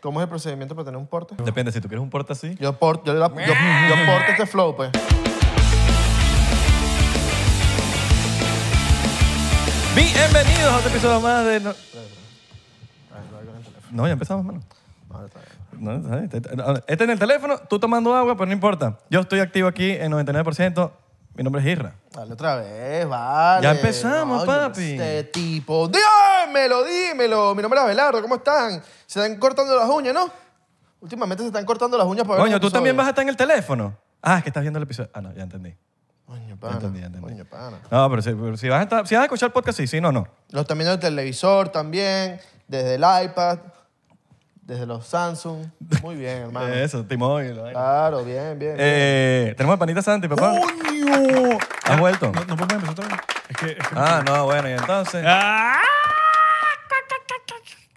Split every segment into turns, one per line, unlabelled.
¿Cómo es el procedimiento para tener un porte?
Depende, si tú quieres un porte así.
Yo, por, yo, la- yo, yo porte este flow, pues.
Bienvenidos a otro episodio más de. No, No, ya empezamos, mano.
Vale, está bien.
No, está- está- está- Este en el teléfono, tú tomando agua, pero no importa. Yo estoy activo aquí en 99%. Mi nombre es Isra.
Dale otra vez, vale.
Ya empezamos,
yo-
papi.
Este tipo. Dímelo, dímelo. Mi nombre es Abelardo, ¿cómo están? Se están cortando las uñas, ¿no? Últimamente se están cortando las uñas para ver
Coño,
el
tú también vas a
episodio.
estar en el teléfono. Ah, es que estás viendo el episodio. Ah, no, ya entendí.
Coño,
Ya
pana.
entendí, ya entendí.
Coño, pana.
No, pero si, pero si vas a, estar- si vas a escuchar el podcast, sí, sí, no, no.
Los también del televisor también, desde el iPad, desde los Samsung. Muy bien, hermano.
Eh, Eso, T-Mobile. ¿no?
Claro, bien, bien.
Eh, tenemos el panita Santi, papá.
¡Coño!
¿Has vuelto?
No, no podemos empezar otra vez. Es que. es que-
Ah, no, bueno, y entonces.
¡Ah!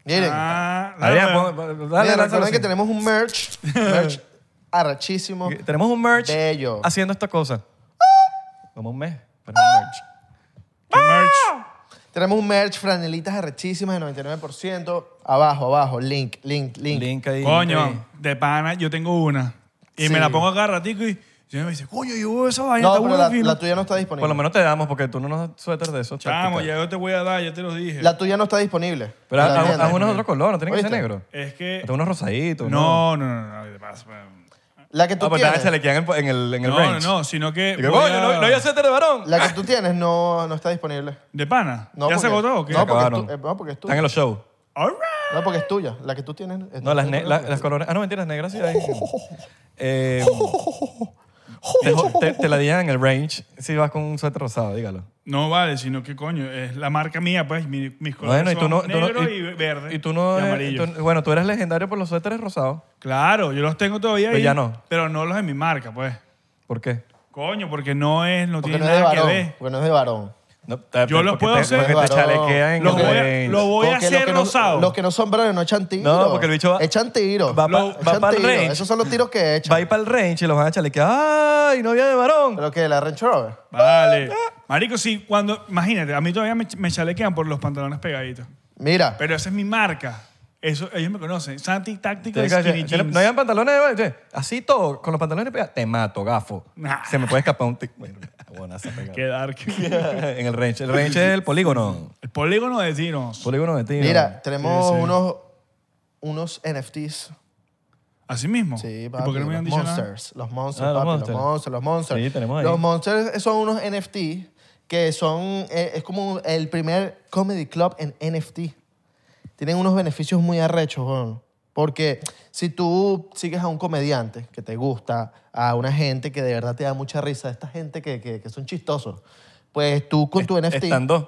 Miren,
Ah, no,
Adrián,
no.
pon- pon- dale,
miren,
lánzalo
recuerden que
así.
tenemos un merch, merch arrachísimo.
Que Tenemos un merch
Bello.
haciendo esta cosa. Como un mes, pero un merch.
¿Qué merch?
Ah. Tenemos un merch, franelitas arrachísimas de 99%. Abajo, abajo, link, link, link.
Link ahí. link
Coño,
ahí.
de pana, yo tengo una. Y
Sí.
me la pongo acá ratico y yo me dice, coño, yo veo esa vaina,
No,
está
pero
buena,
la,
fino.
la tuya no está
Por lo
disponible.
menos te damos porque tú no nos das suéter de esos.
Chamo,
táctica.
ya yo te voy a dar, ya te lo dije.
La tuya no está disponible.
Pero
La
haz,
tienda.
haz unos de otro color, no tiene que ser
¿Oíste?
negro.
Es que.
Haz unos rosaditos.
Eh, No, no, no, no, ¿qué te pasa?
La que
Ah,
tú
pues
tienes,
se le quedan en el, en el
No, no,
range.
no, sino que.
Y que,
voy
coño,
a-
no, no había suéter de varón.
la que tú tienes no, no está disponible.
¿De pana?
No,
¿Ya se
porque-
agotó o qué?
No, porque es,
Acabaron.
tu- eh, no, porque es
Están
tuya.
en los shows.
All right.
No, porque es tuya. La que tú tienes. es-
No, las,
es-
ne- la- las colores. Ah, no, mentiras, negras sí hay. Eh, te, jo- te- te la digan en el range si vas con un suéter rosado, dígalo.
No vale, sino que coño, es la marca mía, pues, mi- mis colores
Bueno, y tú
son
no. tú no-
negro y, verde
Y tú no.
y
eres-
amarillo.
tú- bueno, tú eres legendario por los suéteres rosados.
Claro, yo los tengo todavía
Pero Pues
ahí,
ya no.
Pero no los de mi marca, pues.
¿por qué?
Coño, porque no es, no
Porque
tiene
no es de
nada que
varón.
ver.
Porque no es de varón.
No, te-
Yo los
porque
puedo
te-
hacer.
Porque te
Varón.
chalequean en
Los
el
voy a-
range.
los voy- a
Porque los
hacer
que no-
rosado.
los que no son varones no echan tiros.
No, porque el bicho va-
Echan tiros.
va pa-
Lo-
va
echan
pa'l
tiros.
range.
Esos son los tiros que
Va
echan.
a ir para el range y los van a chalequear. ¡Ay, novia de varón!
¿Pero que ¿La Range Rover?
Vale. Marico, sí, cuando. Imagínate, a mí todavía me, me chalequean por los pantalones pegaditos.
Mira.
Pero esa es mi marca. Eso, ellos me conocen. Santi Táctico
Tienes
de
que-
Skinny
tienes-
Jeans.
no hayan pantalones de varón. Oye, Así todo, con los pantalones pegados. Te mato, gafo.
Nah.
Se me puede escapar un tic. Bueno, bueno, se ha pegado.
Qué dark.
en el range. El range es el polígono.
El polígono de tiros.
Polígono de tiro.
Mira, tenemos
Sí, sí.
unos unos NFTs.
Así mismo.
Sí,
¿Y
papi,
por qué no me
los
han dicho nada?
monsters, los monsters,
Ah, los
papi,
monsters.
los monsters, los monsters.
Sí, tenemos ahí.
Los monsters son unos NFT que son eh, es como el primer comedy club en NFT. Tienen unos beneficios muy arrechos, weón. porque si tú sigues a un comediante que te gusta, a una gente que de verdad te da mucha risa, esta gente que, que, que son chistosos, pues tú con tu NFT
Están dos.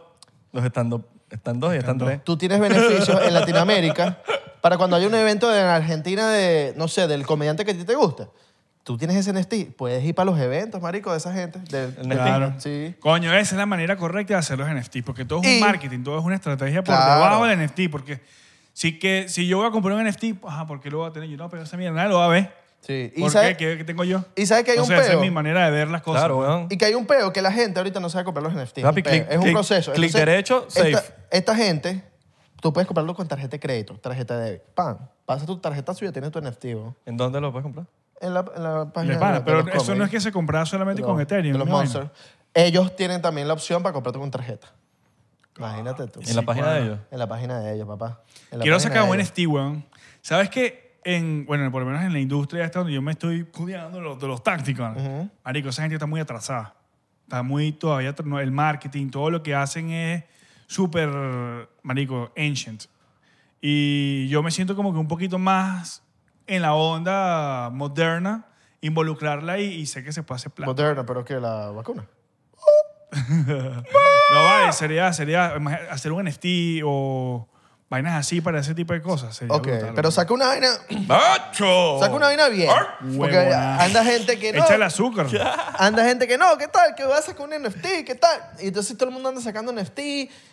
Los están dos. Están dos y están tres.
tú tienes beneficios en Latinoamérica para cuando haya un evento en Argentina de, no sé, del comediante que a ti te gusta. Tú tienes ese NFT, puedes ir para los eventos, marico, de esa gente. del- del-
Claro.
Sí.
Coño, esa es la manera correcta de hacer los NFT, porque todo es
Y-
un marketing, todo es una estrategia por
Claro.
debajo del NFT, porque si, que, si yo voy a comprar un NFT, ajá, ¿por qué lo voy a tener yo? No, pero esa mierda nadie lo va a ver.
Sí. Y
¿Por
sabes,
qué? ¿Qué, qué tengo yo?
y sabes que hay
o
un
sea, esa es
peo.
mi manera de ver las cosas.
Claro, weón.
Y que hay un peo que la gente ahorita no sabe comprar los NFT.
Papi,
un peo.
clic-
es un
clic-
proceso.
clic derecho,
esta,
safe.
esta gente, tú puedes comprarlo con tarjeta de crédito, tarjeta de débito. Pam, pasa tu tarjeta suya, tienes tu NFT. ¿no?
¿En dónde lo puedes comprar?
En la, en la
Le
página de-
pana,
de
pero
los
eso
comedy.
no es que se compraba solamente
de
con
los-
Ethereum.
de los
¿no?
Monsters. Ellos tienen también la opción para comprarte con tarjeta. Imagínate tú.
En la página
claro.
de ellos.
En la página de ellos, papá. En la
Ah, Quiero
página
sacar
de
un
ellos.
NFT, weón. ¿Sabes qué? En, bueno, por lo menos en la industria esta donde yo me estoy cuidando de los, de los tácticos. Marico, esa gente está muy atrasada. Está muy todavía... tr- no, El marketing, todo lo que hacen es súper, marico, ancient. Y yo me siento como que un poquito más en la onda moderna, involucrarla y, y sé que se puede hacer plata.
Moderna, pero que la vacuna.
No, vale, sería, sería imagi- hacer un NFT o vainas así para ese tipo de cosas. Sería
ok,
brutal,
pero
weón.
saca una vaina.
¡Macho!
Saca una vaina bien. Porque
Huevona.
anda gente que no.
Echa el azúcar.
Anda gente que no, ¿qué tal? Que va a sacar un NFT, ¿qué tal? Y entonces todo el mundo anda sacando NFT,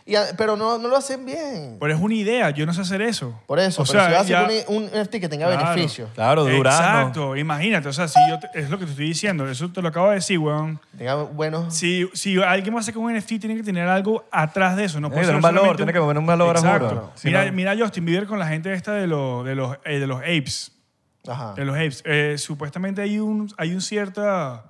y a- pero no, no lo hacen bien.
Pero es una idea, yo no sé hacer eso.
Por eso,
O
pero
sea,
si vas a
ya-
hacer un, un NFT que tenga
Claro.
beneficios,
Claro, Durazno.
Exacto, imagínate, o sea, si yo te- es lo que te estoy diciendo, eso te lo acabo de decir, weón.
tenga buenos.
Si, si alguien va a sacar un NFT, tiene que tener algo atrás de eso, no
Tiene
puede
que
ser
tener un valor,
solamente
tiene que poner un valor,
Exacto.
juro. Sí,
mira,
no.
mira a Justin Bieber con la gente esta de los, de los, eh, de los apes.
Ajá.
De los apes. Eh, supuestamente hay un, hay un cierta...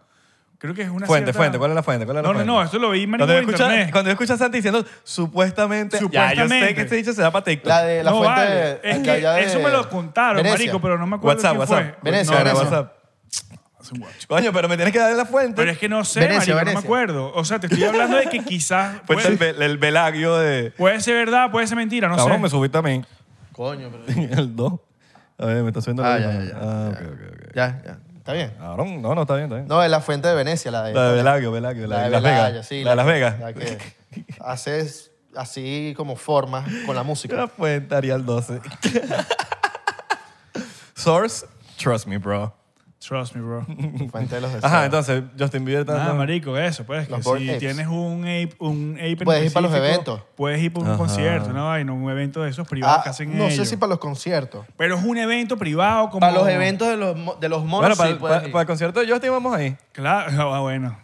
Creo que es una
Fuente,
cierta-
fuente, ¿cuál es la fuente? ¿Cuál es la
No, no,
fuente?
pues,
no, esto lo vi marico,
Cuando yo,
en
escucho,
internet.
cuando yo escucho a Santi diciendo supuestamente, ya, yo sé
Supuestamente.
que este dicho se da para TikTok.
La de la
no,
fuente
vale.
de-
Es
de
que
allá de
eso me lo contaron,
Venecia.
marico, pero no me acuerdo
WhatsApp,
quién
WhatsApp.
fue.
Venecia,
No,
Ahora,
Venecia.
WhatsApp.
es un guacho.
Coño, pero me tienes que dar la fuente.
Pero es que no sé,
Venecia,
marico, no
Venecia.
me acuerdo. O sea, te estoy hablando de que quizás
Fue el,
puede,
ve- el velagio de...
puede ser verdad, puede ser mentira, no
Cabrón,
sé.
me subiste a mí.
Coño, pero...
el 2. A ver, me está subiendo
Ah,
el
ya, ya,
volumen.
ya.
Ah, ok, ok, ok.
Ya, ya. Está bien.
Cabrón, no, no, está bien, está bien.
No, es la fuente de Venecia, la de...
La de Velagio, Velagio, la, de Las
Velaya,
Vegas.
sí,
la de Las Vegas.
La que haces así como formas con la
La
música.
fuente Arial 12. Source, trust me, bro.
Trust me, bro.
Fuente de los deseos.
Ajá, entonces Justin Bieber está.
Nada, marico, eso. Pues
Los
que
Born
si
Apes.
tienes un ape, un ape en
Puedes ir para los
específico,
eventos.
Puedes ir para un
Ajá.
concierto, ¿no? vaina, un evento de esos privados
Ah,
que hacen
no sé
ellos.
si para los conciertos.
Pero es un evento privado como...
Para los eventos de los, mo- de los monos
bueno, para,
sí puedes
para-
ir.
para el concierto de Justin vamos ahí,
Claro, ah, bueno.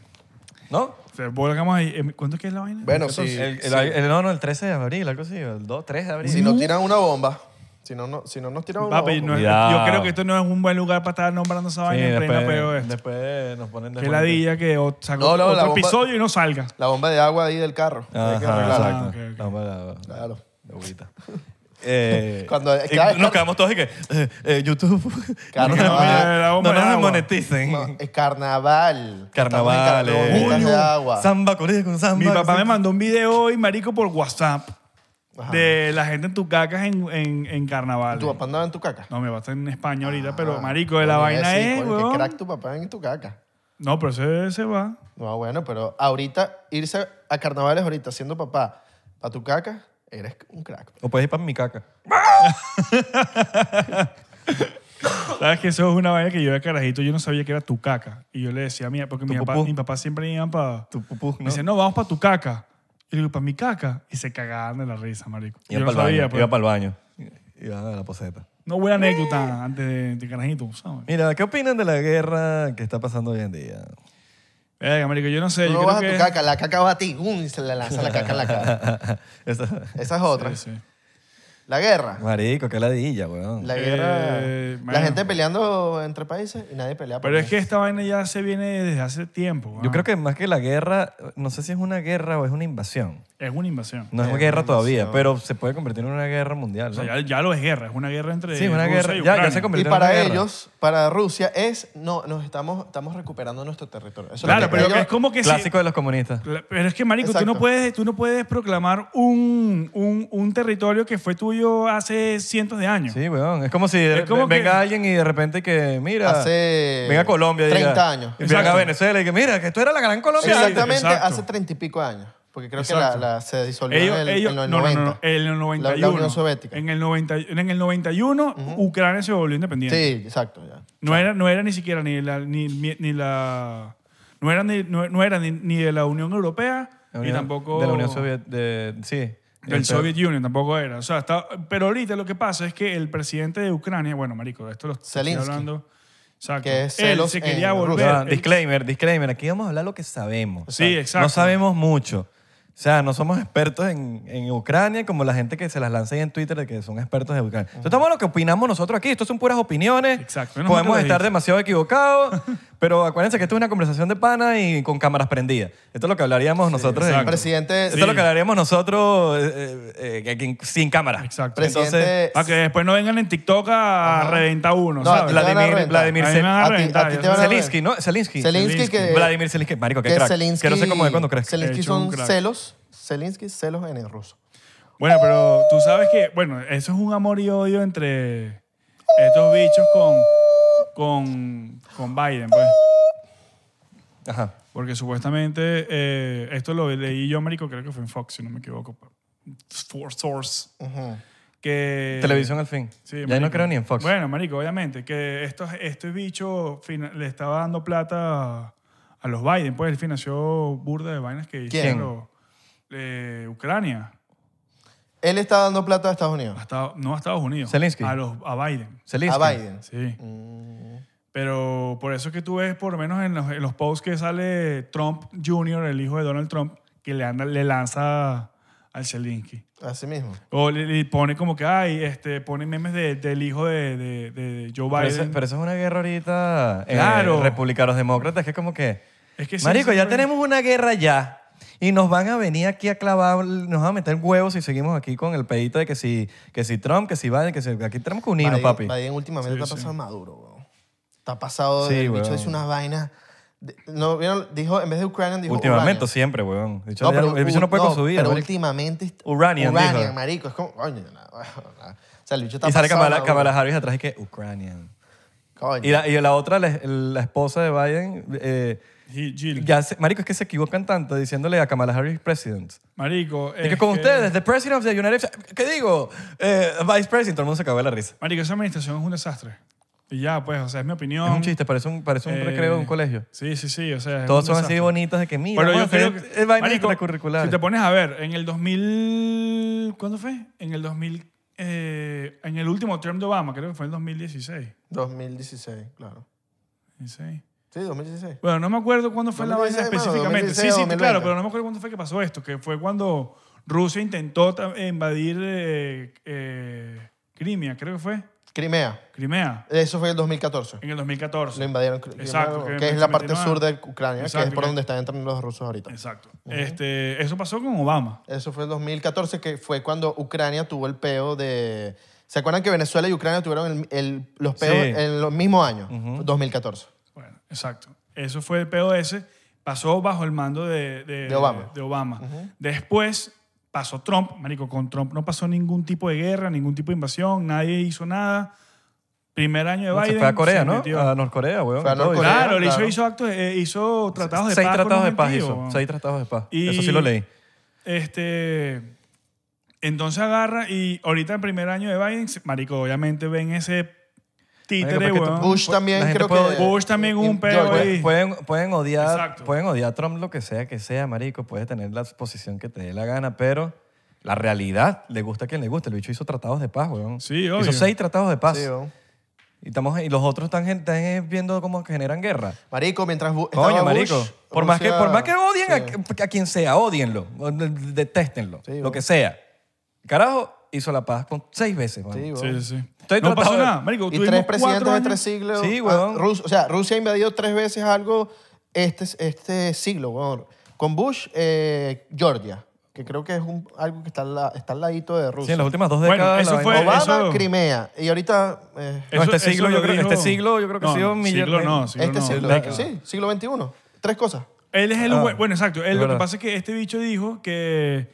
¿no?
O sea, volvamos ahí. Eh, ¿Cuánto es que es la vaina?
Bueno, sí.
Entonces, el, el-
sí.
el- no, no, el 13 de abril, algo así, el 2, 3 de abril.
Si
Uh,
no tiran una bomba, si no, no, si no nos tiran una
Papi,
bomba.
no es- yo
Cuidado.
creo que esto no es un buen lugar para estar nombrando esa
Sí,
vaina en plena peo
después,
esta.
después nos ponen de
Que
fuente.
ladilla que o- sacó
No, no, la
otro
bomba-
episodio y no salga.
La bomba de agua ahí del carro.
Ajá,
Hay que arreglarla.
exacto.
Ah, ok, ok.
Vamos a la-
Claro.
la agüita. Eh,
Cuando-
y
cada-
nos quedamos todos y que eh, eh, YouTube
Claro,
no,
no,
nos-
eh,
la
no
bomba de
nos
agua.
desmoneticen.
No, es carnaval. Estamos
Carnaval,
en car- bombitas de agua.
Samba, corrida con samba.
Mi papá me
corrida.
mandó un video hoy, marico, por WhatsApp
Ajá.
de la gente en tus cacas en, en, en carnaval.
¿Tu papá andaba en tu caca?
No, mi papá está en España ahorita, pero
Ah,
marico, de la
coño,
vaina
sí,
es,
coño, qué
weón.
crack tu papá en tu caca.
No, pero ese se va.
No, bueno, pero ahorita irse a carnavales ahorita siendo papá para tu caca, eres un crack.
O puedes ir para mi caca.
Sabes que eso es una vaina que yo de carajito, yo no sabía que era tu caca. Y yo le decía a mi porque
Tu
mi papá,
pupú.
mi papá siempre iban para...
Tu pupú,
Me
¿no?
dice, no, vamos para tu caca. Y le digo, para mi caca. Y se cagaban de la risa, marico.
Iba
yo no
pa'l
sabía,
baño,
pues. pero-
Iba para el baño. Iba a la poseta.
No
Eh.
buena anécdota antes de, de carajito, ¿sabes?
Mira, ¿qué opinan de la guerra que está pasando hoy en día?
Verga, marico, yo no sé.
Tú no
yo creo
vas a
que-
tu caca, la caca va a ti, ¡um! y se le lanza la caca en la cara.
Esa-
Esa es otra.
Sí, sí.
La guerra.
Marico, qué ladilla, weón.
La guerra.
Eh,
la
bueno.
gente peleando entre países y nadie pelea. por
Pero es
nada.
que esta vaina ya se viene desde hace tiempo.
Yo
weón.
creo que más que la guerra, no sé si es una guerra o es una invasión.
Es una invasión.
No es una guerra todavía, pero se puede convertir en una guerra mundial.
O
¿no?
sea, ya, ya lo es guerra. Es una guerra entre
Sí, una
Rusia
guerra.
y
Ya- ya
Ucrania.
se
Y
convirtió en una
para
guerra.
ellos, para Rusia, es no, nos estamos, estamos recuperando nuestro territorio. Eso es lo
Claro,
que
pero
ellos-
es como que si-
Clásico de los comunistas.
La- Pero es que, marico, tú no,
Exacto.
puedes, tú no puedes proclamar un, un, un territorio que fue tuyo hace cientos de años.
Sí, weón. Es como si
Es como que-
venga alguien y de repente que, mira,
Hace
venga a Colombia. y diga-
30 años.
Y venga a
Exacto.
Venezuela y que, mira, que esto era la gran Colombia.
Sí,
Exactamente,
exacto.
hace treinta y pico años. Porque creo
Exacto.
que la, la- se disolvió
Ellos,
en, el,
ellos,
en los
no, no,
90.
no, no, en el 91.
La, la Unión Soviética.
En el, 90, en el 91, Ucrania se volvió independiente.
Sí, exacto. Ya.
No era, no era ni siquiera ni la... Ni, ni- ni la no era, ni, no, no era ni, ni de la Unión Europea,
La
ni
Unión-
tampoco...
De la Unión Soviética. de- sí.
Del
Este-
Soviet Union tampoco era. O sea, está- pero ahorita lo que pasa es que el presidente de Ucrania, bueno, marico, de esto lo estoy
Zelensky.
hablando. Exacto.
Que es
Él
celos
se quería
en
volver. Ah,
Rusia.
Ya,
él-
Ah, disclaimer, disclaimer. Aquí vamos a hablar lo que sabemos.
Sí, exacto.
No sabemos mucho. O sea, no somos expertos en, en Ucrania como la gente que se las lanza ahí en Twitter de que son expertos de Ucrania. Entonces, estamos en lo que opinamos nosotros aquí. Esto son puras opiniones.
Exacto, no nos
Podemos
metas
estar
ahí.
demasiado equivocados, pero acuérdense que esto es una conversación de pana y con cámaras prendidas. Esto es lo que hablaríamos nosotros. en-
exacto.
Presidente,
Esto es lo que hablaríamos nosotros eh, eh, eh, aquí sin cámara.
Exacto.
presidente
entonces,
Para Ah, que después no vengan en TikTok a reventar uno,
No,
¿sabes?
la- van a
Vladimir,
reventar.
Vladimir
A mí
Zel-
me van a
a ti-
reventar,
a ti
yo
te
sé.
van a-
Zelinsky, ¿no? Zelinsky.
Zelinsky que-
Vladimir Zelinsky. Marico, qué
que
crack.
Zelensky,
que no sé cómo es cuando crezca.
Zelensky
Hecho un
son
crack.
celos. Zelensky, celos en el ruso.
Bueno, pero tú sabes que, bueno, eso es un amor y odio entre estos bichos con, con, con Biden, pues.
Ajá.
Porque supuestamente, eh, esto lo leí yo, marico, creo que fue en Fox, si no me equivoco. Four Source. Que,
Televisión al fin.
Eh, Sí,
ya
marico.
no creo ni en Fox.
Bueno, marico, obviamente, que estos, este bicho fina- le estaba dando plata a, a los Biden, pues él financió burda de vainas que hicieron los- eh, Ucrania.
Él está dando plata a Estados Unidos.
a Estados- no a Estados Unidos.
Zelensky.
A, los, a Biden.
Zelensky.
A Ah, Biden.
Sí.
Mm.
Pero por eso es que tú ves, por lo menos en los, en los posts que sale Trump Jr., el hijo de Donald Trump, que le, anda- le lanza al Zelinsky.
Así mismo.
O le, le pone como que, ay, este, pone memes de- del hijo de, de- de Joe
Pero
Biden.
eso, pero eso es una guerra ahorita. eh,
Claro.
republicanos, demócratas, que es como que.
Es que sí,
Marico,
sí,
ya
sí.
tenemos una guerra ya. Y nos van a venir aquí a clavar, nos van a meter huevos si seguimos aquí con el pedito de que si, que si Trump, que si Biden, que si. Aquí tenemos que unirnos,
Biden,
papi.
Biden últimamente
Sí,
está
sí.
pasado maduro, weón. Está pasado,
Sí,
el bicho
weón.
dice unas vainas. de- No, ¿vieron? Dijo, en vez de Ucrania, dijo
Últimamente,
Urania.
siempre, weón. De hecho,
No,
ya-
pero,
el bicho no puede
u-
con su vida.
Pero
weón.
últimamente.
Uranian, dijo.
Uranian, marico. Es como, coño, no, no, no. O sea, el bicho está
Y sale
pasado
Kamala,
maduro.
Kamala Harris atrás y que Ucranian.
Coño.
Y la, y la otra, la, la esposa de Biden, eh,
Gil- Gil.
ya se- marico, es que se equivocan tanto diciéndole a Kamala Harris president.
Marico. este,
Y
es
que con
que-
ustedes, the president of the United States, ¿qué digo? Eh, vice president, todo el mundo se acabó de la risa.
Marico, esa administración es un desastre. Y ya, pues, o sea, es mi opinión.
Es un chiste, parece un, parece un
Eh,
recreo de un colegio.
Sí, sí, sí. O sea, es
Todos
un
son así
desastre.
bonitos de que mira,
Pero yo
vamos a
creo
hacer eh,
que.
el vaina
marico,
extracurricular.
Si te pones a ver, en el 2000. ¿Cuándo fue? En el 2000. eh, en el último term de Obama, creo que fue en el 2016.
2016, claro.
16.
Sí, 2016.
Bueno, no me acuerdo cuándo fue la vaina
2016, mano,
específicamente.
2016 o
sí, sí,
2020.
claro, pero no me acuerdo cuándo fue que pasó esto, que fue cuando Rusia intentó ta- invadir eh, eh, Crimea, creo que fue.
Crimea.
Crimea,
Eso fue el 2014.
en el
Lo
2014.
invadieron. Crimea,
Exacto,
Que,
que
es la
se
parte
metieron a-
sur de Ucrania, que
Exacto,
es por
que-
donde están entrando los rusos ahorita.
Exacto. este, eso pasó con Obama.
Eso fue el 2014, que fue cuando Ucrania tuvo el peo de... ¿Se acuerdan que Venezuela y Ucrania tuvieron el- el- los peos
Sí.
en los mismos años? 2014.
Bueno, exacto. Eso fue el POS. Pasó bajo el mando de, de,
De Obama.
de Obama. Después pasó Trump. Marico, con Trump no pasó ningún tipo de guerra, ningún tipo de invasión, nadie hizo nada. Primer año de
No,
Biden.
se fue a Corea,
se
¿no?
metió.
A Norcorea, weón.
Fue a
todo.
Norcorea.
Claro, él hizo,
claro.
hizo, actos, eh, hizo tratados de
Seis
paz. con
tratados
los
de paz
gentíos,
hizo.
weón.
Seis tratados de paz.
Y-
Eso sí lo leí.
Este, entonces agarra y ahorita el primer año de Biden, se- marico, obviamente ven ese títere,
Marico, pero es que
weón.
tú-
Bush también
Ah, pues, la gente
creo
puede-
que...
Bush también hubo un
y-
peo
George-
ahí. Sí.
Pueden, pueden, odiar,
Exacto.
pueden odiar a Trump lo que sea que sea, marico. Puedes tener la posición que te dé la gana, pero la realidad le gusta a quien le gusta. El bicho hizo tratados de paz, weón.
Sí, obvio.
Hizo seis tratados de paz.
Sí, weón.
y, estamos, y los otros están, gen- están eh, viendo cómo generan guerra.
Marico, mientras Bu- estaba
Coño,
Bush,
marico. Por más, que,
Rusia-
por más que odien
Sí.
a, a quien sea, odienlo. Detéstenlo.
Sí,
lo
weón.
que sea. Carajo, hizo la paz con seis veces, weón.
Sí,
Sí,
weón.
sí, sí.
Estoy
no pasó
tratado de-
nada, marico.
Y
tuvimos
tres
cuatro
presidentes de
años-
tres siglos.
Sí,
ah,
weón.
Rus- o sea, Rusia ha invadido tres veces algo este, este siglo, weón. Con Bush, eh, Georgia, que creo que es un- algo que está, al la- está al ladito de Rusia.
Sí, en las últimas dos
Bueno,
décadas. la
eso
vaina-
fue-
Obama,
Pues eso-
Crimea. Y ahorita. eh,
No, este
Eso- eso
siglo
lo
yo creo-
dijo-
este siglo yo creo que ha
No,
sido
no,
un
Siglo
millón-
no, siglo
este
no.
siglo.
década.
Sí, siglo XXI. Tres cosas.
Él es el.
Ah.
hue- bueno, exacto. Él,
Es
lo que
verdad.
pasa es que este bicho dijo que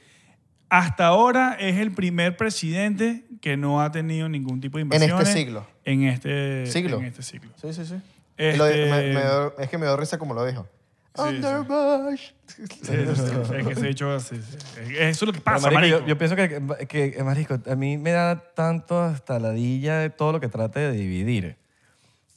hasta ahora es el primer presidente que no ha tenido ningún tipo de
este
inversión.
siglo.
En este
Siglo.
En este siglo.
Sí, sí, sí.
Este-
Lo de- me- me dio- es que me dio risa como lo dijo.
Sí,
Under
sí.
Bush.
Sí, sí, sí. es que se ha hecho así. sí. Eso es lo que
Pero,
pasa,
marico,
marico.
Yo, yo pienso que, que, marico, a mí me da tanto hasta ladilla de todo lo que trate de dividir.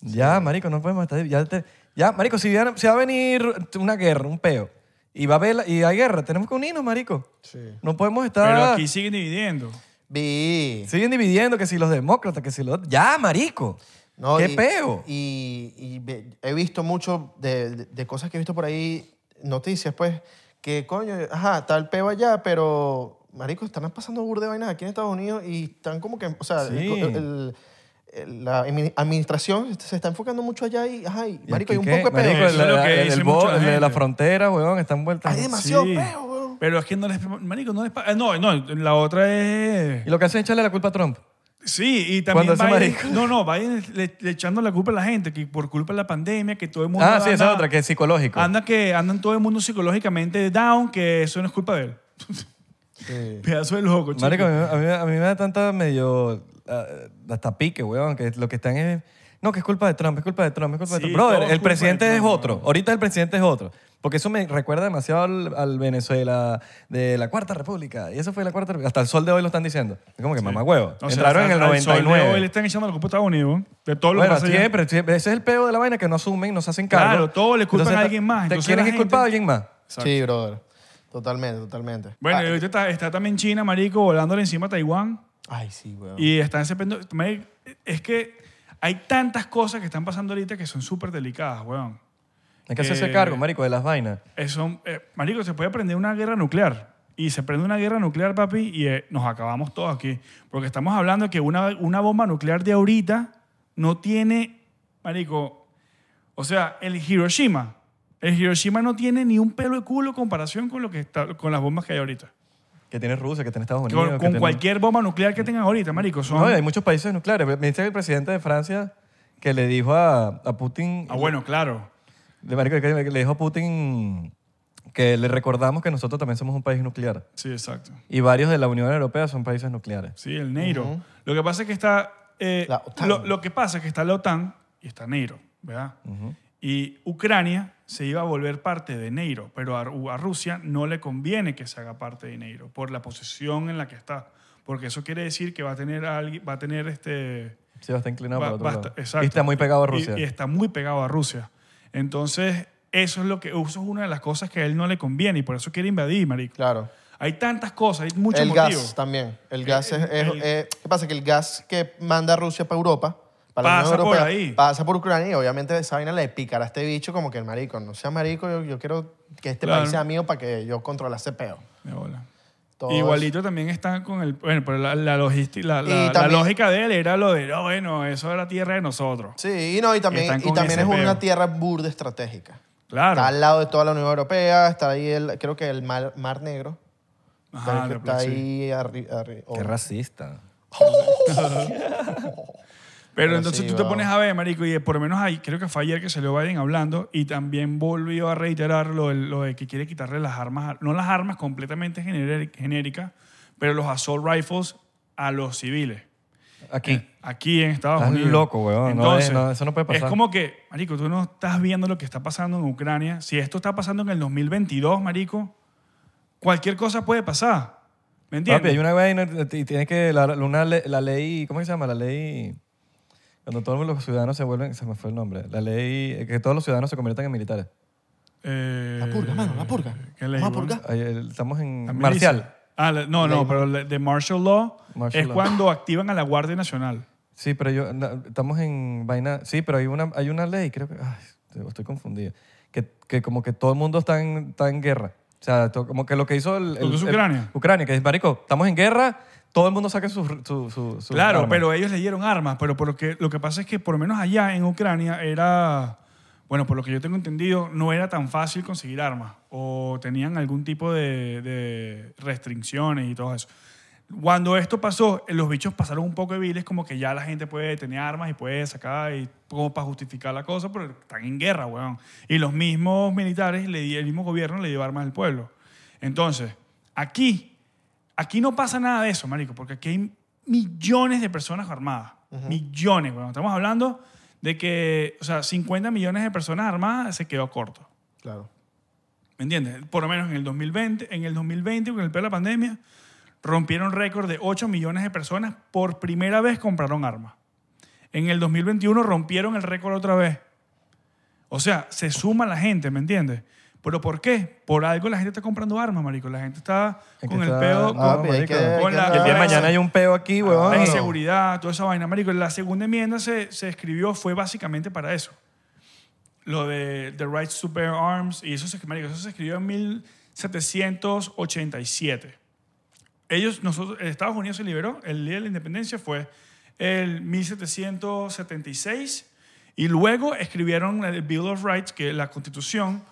Ya, marico, no podemos estar... Ya, te- ya, marico, si, viene- si va a venir una guerra, un peo, y va a haber la- y hay guerra, tenemos que unirnos, marico.
Sí.
No podemos estar...
Pero aquí siguen dividiendo.
Vi.
Siguen dividiendo que si los demócratas, que si los... Ya, marico.
No,
¿Qué
y-
peo?
Y, y ve- he visto mucho de, de- de cosas que he visto por ahí, noticias, pues, que coño, ajá, está el peo allá, pero, marico, están pasando burde vainas aquí en Estados Unidos y están como que, o sea, el-
Sí.
el- el- la admi- administración se está enfocando mucho allá y, ajá, y,
¿Y
marico, hay
aquí
un
qué?
poco de peo.
Marico,
Eso es
el-
lo que
el- el
dice
bo-
mucha
el de la
gente.
frontera, weón, están vueltas.
Hay demasiado
Sí.
peo, weón.
Pero es que no les. Marico, no les. pa- eh, No, no, la otra es.
Y lo que hacen es echarle la culpa a Trump.
Sí, y también
Cuando hace
Biden-
marico.
no, no, Biden le, le echando la culpa a la gente, que por culpa de la pandemia, que todo el mundo
Ah, sí, esa
anda-
es otra, que es psicológico.
Anda que andan todo el mundo psicológicamente down, que eso no es culpa de él.
Sí.
Pedazo de loco, chico.
Marico, a mí, a mí- a mí me da tanta medio. ah, hasta pique, weón, que lo que están es. No, que es culpa de Trump, es culpa de Trump, es culpa
Sí,
de Trump.
todo es
Brother, el
culpa de
presidente es
Trump,
otro.
weón.
Ahorita el presidente es otro. Porque eso me recuerda demasiado al, al Venezuela de la Cuarta República. Y eso fue la Cuarta República. Hasta el sol de hoy lo están diciendo. Es como que mamá huevo.
O sea,
Entraron en el
al sol de
99.
Hoy le están echando la culpa a Estados Unidos de todo lo que
Bueno,
pasa allá.
siempre, siempre. Ese es el peo de la vaina que no asumen, no se hacen cargo.
Claro, todo le culpan
Entonces,
a alguien más.
¿Te
Entonces,
quieren
la
que culpar a
gente-
alguien más?
Sí, brother. Totalmente, totalmente.
Bueno,
Ah,
y ahorita está, está también China, marico, volándole encima a Taiwán.
Ay, sí, weón.
Y están ese pendo- marico, Es que hay tantas cosas que están pasando ahorita que son súper delicadas, weón.
Hay que hacerse
Eh,
cargo, marico, de las vainas.
Eso, eh, marico, se puede prender una guerra nuclear. y se prende una guerra nuclear, papi, y eh, nos acabamos todos aquí. Porque estamos hablando de que una, una bomba nuclear de ahorita no tiene, marico, o sea, el Hiroshima, el Hiroshima no tiene ni un pelo de culo en comparación con, lo que está, con las bombas que hay ahorita.
Que tiene Rusia, que tiene Estados
Con,
Unidos. que
con
tiene-
cualquier bomba nuclear que tengan ahorita, marico, son...
No, y hay muchos países nucleares. Me dice el presidente de Francia que le dijo a, a Putin.
ah, bueno, claro.
de marico, que le dijo a Putin que le recordamos que nosotros también somos un país nuclear.
Sí, exacto.
Y varios de la Unión Europea son países nucleares.
Sí, el Neiro. Lo que pasa es que está. eh,
La OTAN.
Lo, lo que pasa es que está la OTAN y está Neiro, ¿verdad? Y Ucrania se iba a volver parte de Neiro, pero a, Ru- a Rusia no le conviene que se haga parte de Neiro por la posición en la que está. Porque eso quiere decir que va a tener, a alguien- va a tener este.
Sí, está inclinado
Va-
para otro
va a
lado.
estar- exacto.
Y está muy pegado a
Y-
Rusia.
Y, está muy pegado a Rusia. Entonces, eso es lo que eso es una de las cosas que a él no le conviene y por eso quiere invadir, marico.
Claro.
Hay tantas cosas, hay muchos
el
motivos.
gas también. El gas es... es-
el-
eh, ¿Qué pasa? Que el gas que manda Rusia para Europa... Para la
Pasa
Unión
por
Europea,
ahí.
Pasa por Ucrania y obviamente esa vaina le picará a este bicho como que el marico. No sea marico, yo, yo quiero que este
Claro.
país sea mío para que yo controle ese peo.
De bola.
Todo
Igualito también están con el. Bueno, pero la, la, logisti- la, la-
Y
la
también-
lógica de él era lo de, no, bueno, eso era tierra de nosotros.
Sí, y no, y también,
Están
y
con
también es
ese
una
peo.
tierra burda estratégica.
Claro.
Está al lado de toda la Unión Europea, está ahí, el, creo que el Mar, Mar Negro.
Ajá,
está,
Ah, de
está
plan, sí.
ahí oh, arriba.
Qué racista.
Pero
Pero
entonces
sí,
tú te
va.
pones a ver, marico, y por lo menos ahí, creo que fue ayer que salió Biden hablando y también volvió a reiterar lo, de- lo de que quiere quitarle las armas, a- no las armas completamente gener- genéricas, pero los assault rifles a los civiles.
Aquí.
Eh, Aquí en Estados
Estás
Unidos.
loco, weón. No, eh, no, eso no puede pasar.
Es como que, marico, tú no estás viendo lo que está pasando en Ucrania. Si esto está pasando en el 2022, marico, cualquier cosa puede pasar. ¿Me entiendes?
Papi, hay una vaina y tienes que. La, una le- la ley. ¿Cómo que se llama? La ley. Cuando todos los ciudadanos se vuelven. Se me fue el nombre. La ley. eh, Que todos los ciudadanos se conviertan en militares.
Eh,
La purga, mano, la purga.
¿Qué ley,
Vamos a
weón?
purgar.
Ahí, eh, Estamos en.
También
Marcial.
dice- Ah, la- no, no, pero la- de martial law
Martial
es
law.
cuando activan a la Guardia Nacional.
Sí, pero yo. na- estamos en vaina. Sí, pero hay una, hay una ley, creo que. Ay, te- estoy confundido. Que, que como que todo el mundo está en, está en guerra. O sea, to- como que lo que hizo el.
Lo que
el-
hizo
el-
Ucrania.
Ucrania, que es, marico, estamos en guerra, todo el mundo saque sus. Su, su- sus
Claro,
armas.
pero ellos le dieron armas, pero por lo, que, lo que pasa es que por lo menos allá en Ucrania era, bueno, por lo que yo tengo entendido, no era tan fácil conseguir armas o tenían algún tipo de, de restricciones y todo eso. Cuando esto pasó, eh, los bichos pasaron un poco de viles, como que ya la gente puede tener armas y puede sacar, y como para justificar la cosa, pero están en guerra, weón. Y los mismos militares, le di- el mismo gobierno le dio armas al pueblo. Entonces, aquí Aquí no pasa nada de eso, marico, porque aquí hay millones de personas armadas. Millones, bueno, estamos hablando de que, o sea, 50 millones de personas armadas se quedó corto.
Claro.
¿Me entiendes? Por lo menos en el 2020, en el 2020 con el peor de la pandemia, rompieron récord de 8 millones de personas por primera vez compraron armas. En el 2021 rompieron el récord otra vez. O sea, se suma la gente, ¿me entiendes? ¿Pero por qué? Por algo la gente está comprando armas, marico. La gente está
Es que
con el
está-
pedo...
Ah,
Papi, hay
marico.
que, hay
Con
que
la-
andar-
Que el día de
Ah,
mañana
sí.
hay un peo aquí, weón.
La
Claro.
inseguridad, toda esa vaina, marico. La segunda enmienda se, se escribió fue básicamente para eso. Lo de The Rights to Bear Arms. Y eso se, marico, eso se escribió en 1787. Ellos, nosotros, Estados Unidos se liberó, el día de la independencia fue el 1776 y luego escribieron el Bill of Rights, que es la constitución,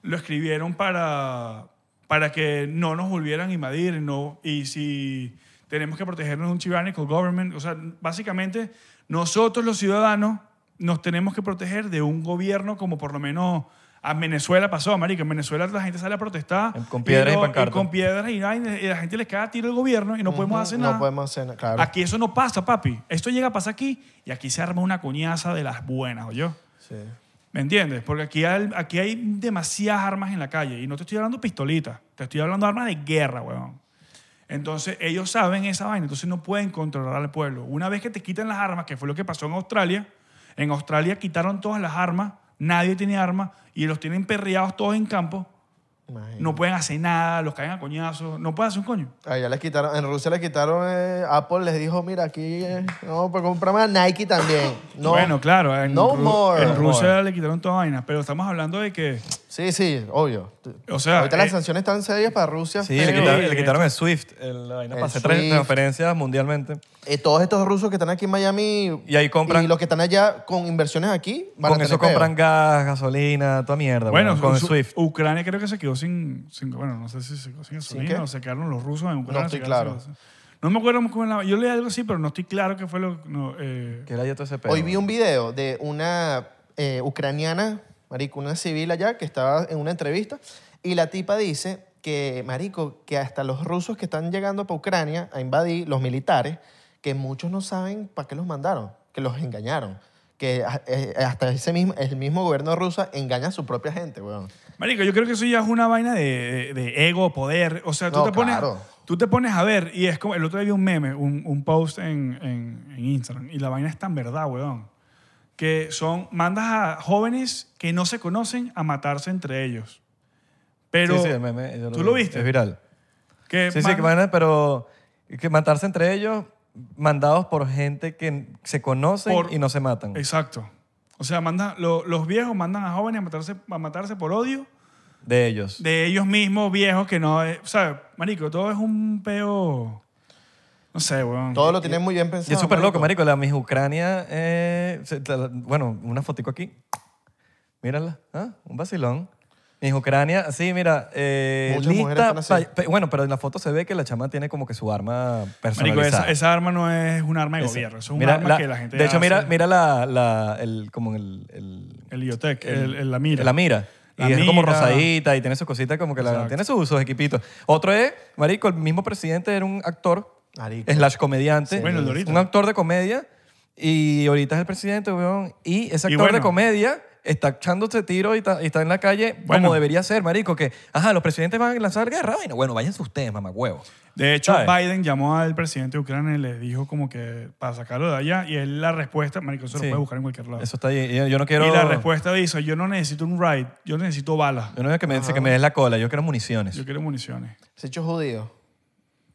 lo escribieron para, para que no nos volvieran a invadir no, y si tenemos que protegernos de un tyrannical government, o sea, básicamente nosotros los ciudadanos nos tenemos que proteger de un gobierno como por lo menos a Venezuela pasó, marica, en Venezuela la gente sale a protestar
Con piedras y
no-
pancartas.
con piedras y, vaina, y la gente les cae a tiro el gobierno y no podemos hacer nada.
No podemos hacer nada, claro.
Aquí eso no pasa, papi. Esto llega a pasar aquí y aquí se arma una coñaza de las buenas, ¿oyó?
Sí.
¿Me entiendes? Porque aquí hay, aquí hay demasiadas armas en la calle. Y no te estoy hablando pistolitas, te estoy hablando armas de guerra, weón. Entonces ellos saben esa vaina, entonces no pueden controlar al pueblo. Una vez que te quitan las armas, que fue lo que pasó en Australia, en Australia quitaron todas las armas, nadie tiene armas y los tienen perreados todos en campo.
Imagínate.
No pueden hacer nada, los caen a coñazos, no pueden hacer un coño.
Allá les quitaron, en Rusia les quitaron, eh, Apple les dijo, mira, aquí, eh, no, pues comprame a Nike también. No,
Bueno, claro. En,
No
Ru-
more.
en
No
Rusia le quitaron toda vaina, pero estamos hablando de que
Sí, sí, obvio.
O sea,
Ahorita
eh,
las sanciones están serias para Rusia.
Sí,
feo.
le quitaron,
Sí,
le quitaron el SWIFT, el, la vaina
El
para hacer tres
SWIFT.
transferencias mundialmente.
Eh, todos estos rusos que están aquí en Miami
Y ahí compran-
y los que están allá con inversiones aquí van
Con
a
eso
tener peo.
compran gas, gasolina, toda mierda.
Bueno,
weón, con el
su-
SWIFT.
Ucrania creo que se quedó sin, sin- bueno, no sé si se quedó sin gasolina
qué?
o se quedaron los rusos en Ucrania.
estoy
se quedaron
claro.
sin gasolina. No me acuerdo cómo era la- yo leí algo así, pero no estoy claro qué fue lo no, eh,
Que era ya todo ese pedo.
Hoy vi un video de una eh, ucraniana, marico, una civil allá que estaba en una entrevista y la tipa dice que, marico, que hasta los rusos que están llegando para Ucrania a invadir, los militares, que muchos no saben para qué los mandaron, que los engañaron, que ah, eh, hasta ese mismo, el mismo gobierno ruso engaña a su propia gente, weón.
Marico, yo creo que eso ya es una vaina de, de- de ego, poder. O sea, tú,
No,
te pones,
claro.
tú te pones a ver y es como... El otro día vi un meme, un, un post en, en- en Instagram y la vaina es tan verdad, weón. Que son... Mandas a jóvenes que no se conocen a matarse entre ellos. Pero...
Sí, sí, el meme, yo
¿Tú lo
vi,
viste?
Es viral.
que
Sí, sí, que
mandas-
van a- pero que matarse entre ellos, mandados por gente que se conocen
Por-
y no se matan.
Exacto. O sea, mandan, lo- los viejos mandan a jóvenes a matarse, a matarse por odio
De ellos.
de ellos mismos, viejos que no... es- O sea, marico, todo es un peo... No sé, weón.
Todo lo tienen muy bien pensado.
y es súper loco,
marico.
marico. La mis Ucrania, eh, se- te la- bueno, una fotico aquí. Mírala, ¿ah? un vacilón. Mis Ucrania, sí, mira, eh,
Muchas mujeres
lista.
están así.
pa- pe- bueno, pero en la foto se ve que la chama tiene como que su arma
Marico,
personalizada.
esa, esa arma no es un arma de
Esa.
gobierno, eso es un
Mira,
arma
la-
que la gente.
De hecho,
hace.
mira, mira la, la- el, como el, el,
El IoTech, el, el- la mira.
La mira. Y
La
es como
mira.
rosadita y tiene sus cositas como que la,
Exacto.
tiene sus, sus equipitos. Otro es, marico, el mismo presidente era un actor,
Marico.
slash comediante.
Sí. Bueno, el de ahorita.
Un actor de comedia y ahorita es el presidente, weón. Y ese
Y
actor
bueno.
de comedia está echándose tiro y está, y está en la calle
Bueno.
como debería ser, marico. Que, ajá, los presidentes van a lanzar guerra. Bueno, bueno váyanse ustedes, mamagüevo.
De hecho,
¿Sabes?
Biden llamó al presidente de Ucrania y le dijo como que para sacarlo de allá y él la respuesta, marico, eso
Sí.
lo puede buscar en cualquier lado.
Eso está ahí. Yo, yo no quiero...
Y la respuesta dice, yo no necesito un ride, yo necesito balas,
Yo no quiero que me, que me des la cola. Yo quiero municiones.
yo quiero municiones.
Se hecho judío.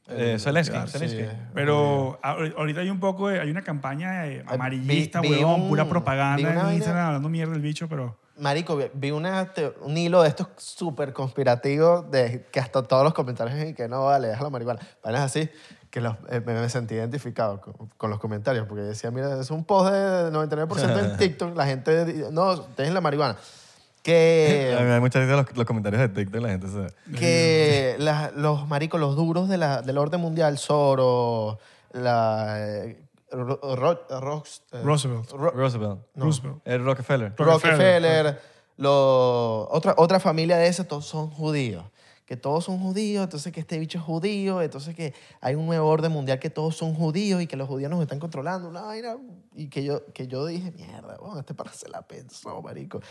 Eh, Zelensky.
Ah,
claro,
Zelensky.
Ah, sí.
Pero ahor- ahorita hay un poco, de- hay una campaña eh,
Ah,
amarillista,
vi- vi
huevón,
un-
pura
vi
propaganda
una
en
vaina-
Instagram hablando mierda del bicho, pero...
Marico, vi- vi una te- un hilo de estos súper conspirativos de que hasta todos los comentarios y que no, vale, deja la marihuana. Vainas así que los- eh, me, me sentí identificado con, con los comentarios porque decía, mira, es un post de 99% en TikTok, la gente, di- no, dejen la marihuana.
A mí
Que,
me da mucha risa los, los comentarios de TikTok, la gente se...
que la- los maricos, los duros de la- del orden mundial, Soros, la... eh, Ro- Ro- Rox- eh,
Roosevelt.
Ro-
Roosevelt.
Roosevelt.
El Rockefeller.
Rockefeller, lo- otra, otra familia de esas, todos son judíos. Que todos son judíos, entonces que este bicho es judío, entonces que hay un nuevo orden mundial que todos son judíos y que los judíos nos están controlando. Una vaina, y que yo, que yo dije, mierda, weón, este para se la pensó, marico.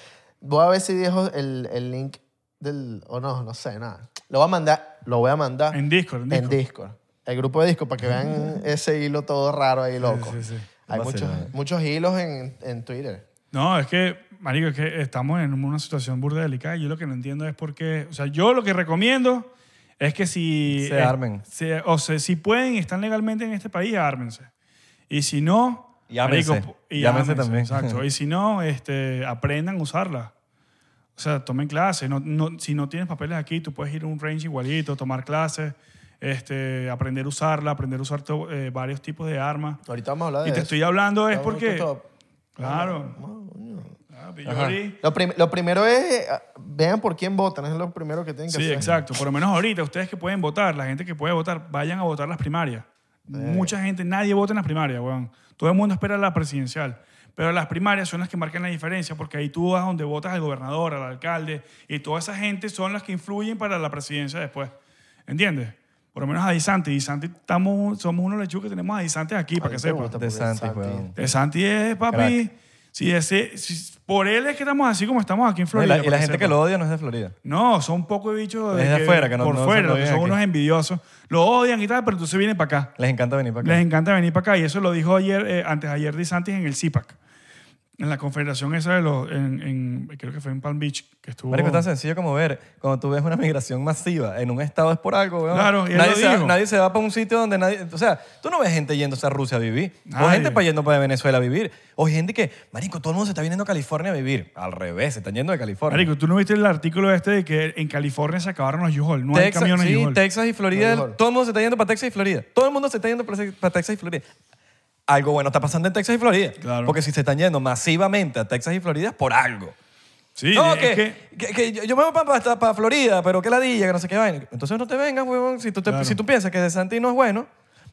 Voy a ver si dejo el, el link del. O no, no sé, nada. Lo voy a mandar, lo voy a mandar
En Discord, en
en
Discord.
Discord. El grupo de Discord, para que vean ese hilo todo raro ahí, loco.
Sí, sí, sí.
Hay muchos,
Vacilón, eh.
muchos hilos en, en Twitter.
No, es que, marico, es que estamos en una situación burda delicada. y Yo lo que no entiendo es por qué... O sea, yo lo que recomiendo es que si...
Se
eh,
armen.
se- o sea, si pueden y están legalmente en este país, ármense. Y si no...
Y ámense.
marico, y
Y ámense
ámense,
también.
Exacto. Y si no, este, aprendan a usarla. O sea, tomen clases. No, no- si no tienes papeles aquí, tú puedes ir a un range igualito, tomar clases, este, aprender a usarla, aprender a usar to- eh, varios tipos de armas.
Ahorita vamos a hablar de
Y te
eso.
estoy hablando es
Vamos,
porque...
tú top.
Claro. Ah, yo abrí.
Lo, prim- lo primero es, eh, vean por quién votan, es lo primero que tienen que
Sí,
hacer.
exacto. Por lo menos ahorita, ustedes que pueden votar, la gente que puede votar, vayan a votar las primarias. Mucha gente, nadie vota en las primarias, weón. Todo el mundo espera la presidencial. Pero las primarias son las que marcan la diferencia, porque ahí tú vas donde votas al gobernador, al alcalde, y toda esa gente son las que influyen para la presidencia después. ¿Entiendes? Por lo menos a Di Santi. Di Santi, estamos, somos unos lechugas que tenemos a Di Santi aquí, para que
te
sepan.
gusta,
De
porque
Santis,
Santi-
weón.
De Santi es, papi.
Crack.
Si ese, si- por él es que estamos así como estamos aquí en
No, y
Florida.
la, y la
para
gente que
sepan.
lo odia no es de Florida.
No, son poco de bichos
Es de afuera, que no-
por
no se
fuera,
lo
que
ven
son
aquí.
unos envidiosos. Lo odian y tal, pero entonces vienen para acá.
Les encanta venir para acá.
Les encanta venir para acá y eso lo dijo ayer, eh, antes de ayer Di Santis en el CIPAC. en la confederación esa de los, en, en- creo que fue en Palm Beach, que estuvo...
Marico, es tan sencillo como ver, cuando tú ves una migración masiva en un estado es por algo, weón.
Claro, y él
nadie,
lo
se va,
dijo.
nadie se va para un sitio donde nadie... O sea, tú no ves gente yéndose a Rusia a vivir. O
Nadie.
gente para yendo para Venezuela a vivir. O gente que, marico, todo el mundo se está viniendo a California a vivir. Al revés, se están yendo de California.
Marico, ¿tú no viste el artículo este de que en California se acabaron los U-Haul? No hay
Texas,
camiones
sí,
U-Haul.
Texas y Florida,
No, igual.
todo el mundo se está yendo para Texas y Florida. Todo el mundo se está yendo para Texas- para Texas y Florida. Algo bueno está pasando en Texas y Florida.
Claro.
Porque si se están yendo masivamente a Texas y Florida es por algo.
Sí,
no,
es
que,
que...
que- que yo, yo me voy para, para, para Florida, pero qué ladilla, que no sé qué vaina. Entonces no te vengas, huevón. Si tú, te-
Claro.
si tú piensas que De Santi no es bueno,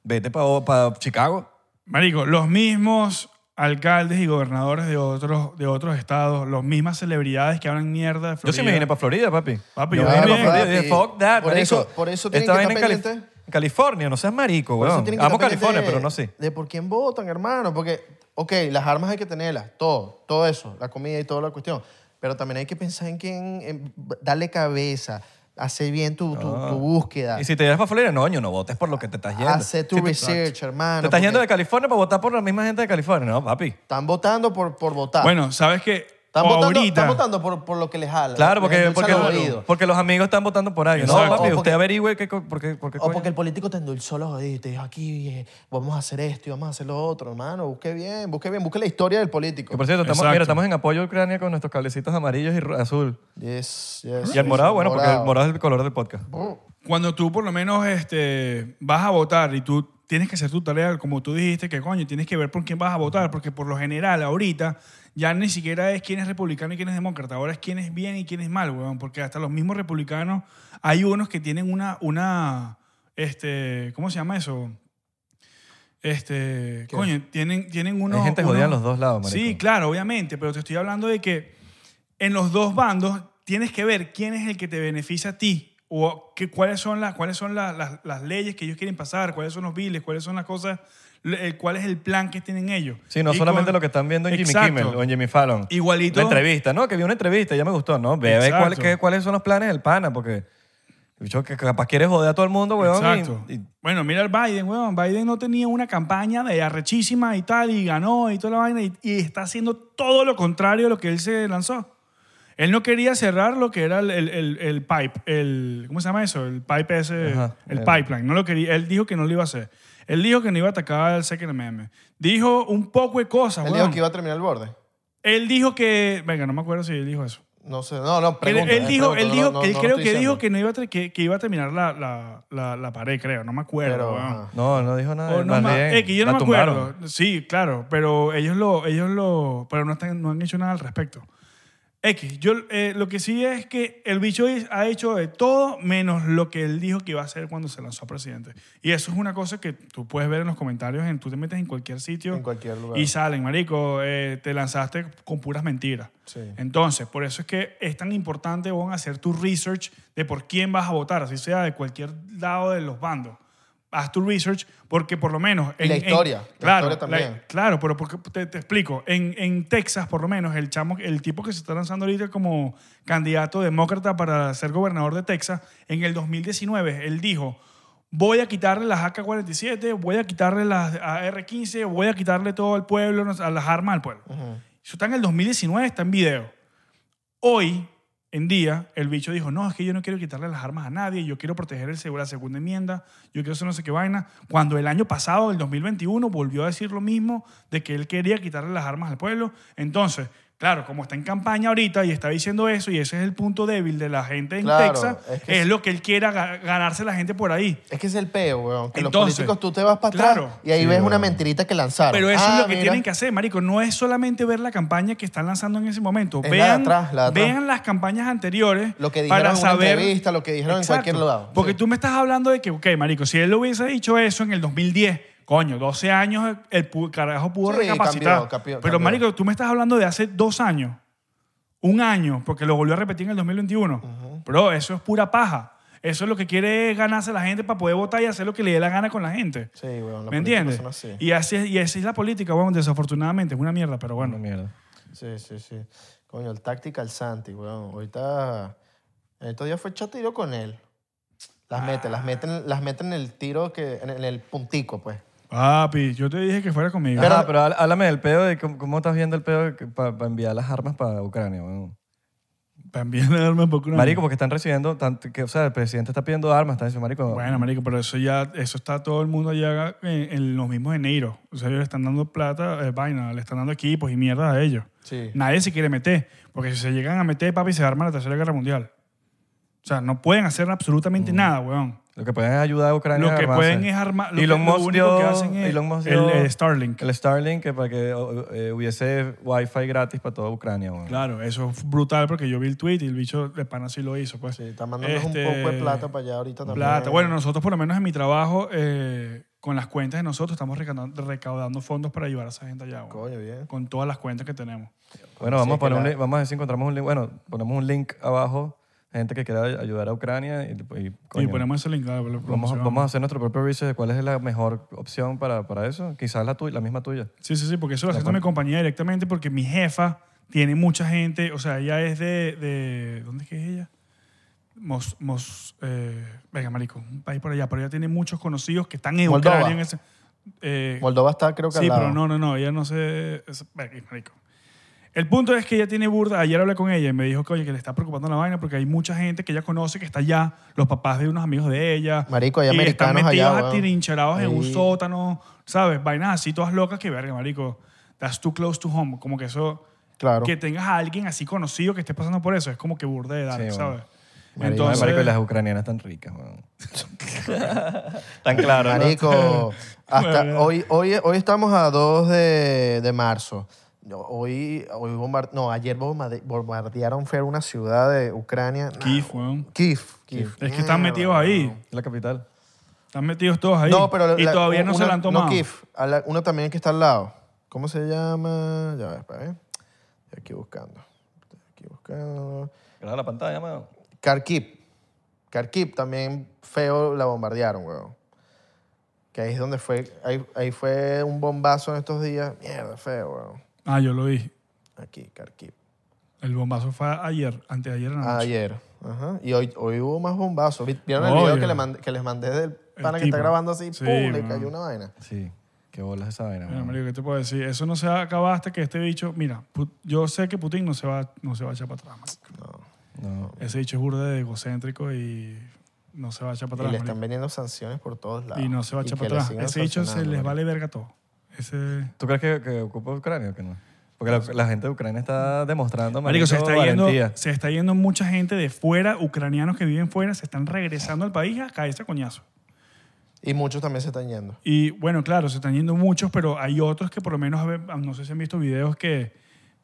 vete para, Chicago.
Marico, los mismos alcaldes y gobernadores de otros, de otros estados, las mismas celebridades que hablan mierda de
Yo
Florida.
sí me vine para Florida, papi.
Papi,
yo
yo
me vine
también.
para Florida. y dije,
Papi,
fuck that,
por
marico.
eso- por eso tienen
Esta
que
vaina
estar
en Calif-
pendientes.
en California, no seas marico,
Por eso
huevón.
tienen que
Amo
estar pendientes
California,
de-
pero no sí.
De por quién votan, hermano. Porque, ok, las armas hay que tenerlas, todo, todo eso, la comida y toda la cuestión. Pero también hay que pensar en quién, en darle cabeza, hacer bien tu, tu-
Ah.
tu búsqueda,
Y si te vas para Florida, no, yo no votes por lo que te estás yendo.
hacer Ah. tu
Si te-
research, hermano.
Te estás yendo de
porque
California para votar por la misma gente de California. No, papi.
Están votando por, por votar.
Bueno, ¿sabes qué?
están
O
votando,
ahorita...
están votando por, por lo que les jala.
Claro,
les
porque,
endulza
porque,
los oídos.
porque los amigos están votando por alguien. No,
Exacto.
papi,
O porque-
usted averigüe qué, co- por qué, por qué
O
coño.
porque el político te endulzó los oídos y te dijo aquí eh, vamos a hacer esto y vamos a hacer lo otro, hermano. Busque bien, busque bien, busque la historia del político.
Que por cierto, estamos,
Exacto.
mira, estamos en apoyo a Ucrania con nuestros cablecitos amarillos y ro- azul.
Yes, yes,
Y el
yes, Uh,
morado, bueno, porque el morado es el color del podcast.
cuando tú por lo menos este, vas a votar y tú tienes que hacer tu tarea, como tú dijiste, que coño, tienes que ver por quién vas a votar, porque por lo general ahorita ya ni siquiera es quién es republicano y quién es demócrata, ahora es quién es bien y quién es mal, weón, porque hasta los mismos republicanos hay unos que tienen una, una este, ¿cómo se llama eso? Este, coño, tienen, tienen unos...
Hay gente jodida en
unos-
los dos lados, marico.
Sí, claro, obviamente, pero te estoy hablando de que en los dos bandos tienes que ver quién es el que te beneficia a ti o que, cuáles son, las, cuáles son la- las- las leyes que ellos quieren pasar, cuáles son los biles, cuáles son las cosas, le- eh, cuál es el plan que tienen ellos.
Sí, no
Y
solamente
con-
lo que están viendo en Jimmy
Exacto.
Kimmel o en Jimmy Fallon.
Igualito.
La entrevista, ¿no? Que vi una entrevista y ya me gustó, ¿no? Ve a ver
Exacto.
cuál- qué- cuáles son los planes del pana, porque yo que capaz quieres joder a todo el mundo, weón. y-
Exacto.
y
Bueno, mira el Biden, weón. Biden no tenía una campaña de arrechísima y tal, y ganó y toda la vaina, y, y está haciendo todo lo contrario a lo que él se lanzó. Él no quería cerrar lo que era el, el- el- el pipe, el, ¿cómo se llama eso? El pipe ese,
Ajá,
el
el-
pipeline. No lo quería, él dijo que no lo iba a hacer. Él dijo que no iba a atacar al Second Amendment. Dijo un poco de cosas,
Él
weón.
dijo que iba a terminar el borde.
Él dijo que, venga, no me acuerdo si él dijo eso.
No sé, no, no,
Él-
pregunta.
él,
eh,
dijo,
pregunta,
él
no,
dijo,
no,
él
no lo
creo
estoy
que dijo
diciendo.
que no iba a, ter- que, que iba a terminar la, la, la, la pared, creo. No me acuerdo.
Pero,
weón.
ajá.
No, no dijo nada.
O no
más
ma-
bien,
eh, que yo no
la
me
tumbaron.
acuerdo. Sí, claro, pero ellos lo, ellos lo, pero no, están, no han hecho nada al respecto. X, yo eh, lo que sí es que el bicho es- ha hecho de todo menos lo que él dijo que iba a hacer cuando se lanzó a presidente. Y eso es una cosa que tú puedes ver en los comentarios, en, tú te metes en cualquier sitio
En cualquier lugar.
y salen, marico, eh, te lanzaste con puras mentiras.
Sí.
Entonces, por eso es que es tan importante, weón, hacer tu research de por quién vas a votar, así sea de cualquier lado de los bandos. Haz tu research porque por lo menos...
Y la historia, la
claro,
historia también.
claro, pero porque te, te explico. En, en Texas, por lo menos, el, chamo, el tipo que se está lanzando ahorita como candidato demócrata para ser gobernador de Texas, en el 2019, él dijo, voy a quitarle las AK-47, voy a quitarle las AR-15, voy a quitarle todo al pueblo, no sé, a las armas al pueblo. Eso está en el 2019, está en video. Hoy en día, el bicho dijo, no, es que yo no quiero quitarle las armas a nadie, yo quiero proteger el seguro, la segunda enmienda, yo quiero hacer no sé qué vaina. Cuando el año pasado, el 2021, volvió a decir lo mismo de que él quería quitarle las armas al pueblo. Entonces, claro, como está en campaña ahorita y está diciendo eso, y ese es el punto débil de la gente en
Claro,
Texas, es,
es que-
lo que él quiera ga- ganarse la gente por ahí.
Es que es el peo, weón. Que
Entonces,
los políticos tú te vas para atrás
claro.
y ahí
Sí,
ves una
weón.
mentirita que lanzaron.
Pero eso
Ah,
es lo que
mira.
tienen que hacer, marico. No es solamente ver la campaña que están lanzando en ese momento.
Es la de
vean,
atrás, la de atrás.
vean las campañas anteriores
Lo que dijeron
para
en una
saber.
entrevista, lo que dijeron en cualquier lado.
Porque
Sí.
tú me estás hablando de que, ok, marico, si él lo hubiese dicho eso en el 2010, coño, 12 años, el pu- carajo pudo
Sí,
recapacitar.
cambió, cambió,
Pero,
cambió.
marico, tú me estás hablando de hace dos años, un año, porque lo volvió a repetir en el 2021. Bro, eso es pura paja. Eso es lo que quiere es ganarse la gente para poder votar y hacer lo que le dé la gana con la gente.
Sí, weón. los
¿Me
políticos
entiendes?
son así.
Y, así es- y esa es la política, bueno, desafortunadamente, es una mierda, pero
Bueno,
bueno.
mierda.
Sí, sí, sí. Coño, el Tactical Santi, weón. Ahorita. En estos días fue echar tiro
Ah.
con él. Las mete, las meten, las meten en el tiro que. En, en el puntico, pues.
Papi, yo te dije que fuera conmigo.
Pero, pero há- háblame del pedo de cómo, cómo estás viendo el pedo para enviar las armas para Ucrania, weón.
También le darme un poco una-
Marico, porque están recibiendo, tanto que, o sea, el presidente está pidiendo armas, está diciendo, marico,
Bueno, marico, pero eso ya, eso está todo el mundo allá en, en los mismos enero. O sea, ellos le están dando plata, eh, vaina, le están dando equipos y mierda a ellos.
Sí.
Nadie se quiere meter, porque si se llegan a meter, papi, se arma la Tercera Guerra Mundial. O sea, no pueden hacer absolutamente nada, weón.
lo que pueden es ayudar a Ucrania
Lo
a
que
armarse.
pueden es armar, lo,
Elon
que, lo
Musk
único
dio-
que hacen es
Elon Musk
el
dio-
eh, Starlink.
El Starlink que para que o- eh, hubiese wifi gratis para toda Ucrania, weón.
Claro, eso es brutal porque yo vi el tweet y el bicho de pana sí lo hizo, pues.
Sí, está mandando un
Este,
poco de plata para allá ahorita también.
Plata. Bueno, nosotros por lo menos en mi trabajo, eh, con las cuentas de nosotros, estamos recaudando, recaudando fondos para ayudar a esa gente allá. weón.
Coño, bien.
Con todas las cuentas que tenemos.
Bueno, vamos
Sí,
a poner un
claro.
link- vamos a ver si encontramos un link, bueno, ponemos un link abajo, gente que quiera ayudar a Ucrania y, y, coño,
Y ponemos ese link. ah, lo
Vamos, a-
promocionamos.
vamos a hacer nuestro propio research de cuál es la mejor opción para, para eso. Quizás la, tuya, la misma tuya.
Sí, sí, sí, porque eso lo hace mi compañía directamente porque mi jefa tiene mucha gente, o sea, ella es de, de ¿dónde es que es ella? Mos, Mos- eh, venga, marico, un país por allá, pero ella tiene muchos conocidos que están en
Moldova.
Ucrania. En ese, eh,
Moldova está, creo que al
sí,
lado.
pero no, no, no, ella no se... es- venga, marico. El punto es que ella tiene burda, ayer hablé con ella y me dijo que, oye, que le está preocupando la vaina porque hay mucha gente que ella conoce que está allá, los papás de unos amigos de ella.
Marico, hay
y están
americanos allá,
metidos
weón.
atirincherados en un
Ahí.
sótano, ¿sabes? Vainas así todas locas que, verga, marico, that's too close to home. Como que eso,
Claro.
que tengas a alguien así conocido que esté pasando por eso, es como que burda de dar,
Sí, weón.
¿sabes?
Marico,
Ay,
Entonces,
marico, y las ucranianas tan ricas, weón. tan claras. ¿no?
Marico, hasta
Bueno.
hoy, hoy, hoy estamos a 2 de, de marzo. Hoy, hoy bombar- no, ayer bombarde- bombardearon fue una ciudad de Ucrania.
Kiev, weón.
Kiev.
Es que están
Mierda,
metidos ahí.
Es La capital.
Están metidos todos ahí.
No, pero
y
la-
todavía no se
una-
la han tomado.
No, Kiev. a la- una también que está al lado. ¿Cómo se llama? Ya ves, para ver. Estoy Aquí buscando. Estoy Aquí buscando.
Graba la pantalla, mano.
Kharkiv. Kharkiv también feo la bombardearon, weón. Que ahí es donde fue, ahí, ahí fue un bombazo en estos días. Mierda, feo, weón.
Ah, yo lo vi.
Aquí, Kharkiv. Ah,
El bombazo fue ayer, anteayer en la noche.
Ayer. Ajá. Y hoy, hoy hubo más bombazos. ¿Vi- ¿Vieron el
Obvio.
video que, le mandé- que les mandé del pana que
tipo.
está grabando así?
Sí,
¡Pum! Le
weón.
cayó una vaina.
Sí. Qué bolas esa vaina,
Mira,
weón.
marico, ¿qué te puedo decir? Eso no se acaba hasta que este bicho... Mira, Pu- yo sé que Putin no se va, no se va a echar para atrás, marico.
No.
Ese bicho es burda de egocéntrico y no se va a echar
y
para
le
atrás,
están
marico.
vendiendo sanciones por todos lados.
Y no se va a echar
que le
para atrás.
sigan
Ese bicho se
sancionando,
les
marico.
vale verga todo. Ese...
¿Tú crees que, que ocupa Ucrania o que no? Porque la, la gente de Ucrania está demostrando, marico,
Marico, se está, yendo,
valentía.
se está yendo mucha gente de fuera, ucranianos que viven fuera, se están regresando al país a caerse a coñazo.
Y muchos también se están yendo.
Y bueno, claro, se están yendo muchos, pero hay otros que por lo menos, a ver, no sé si han visto videos que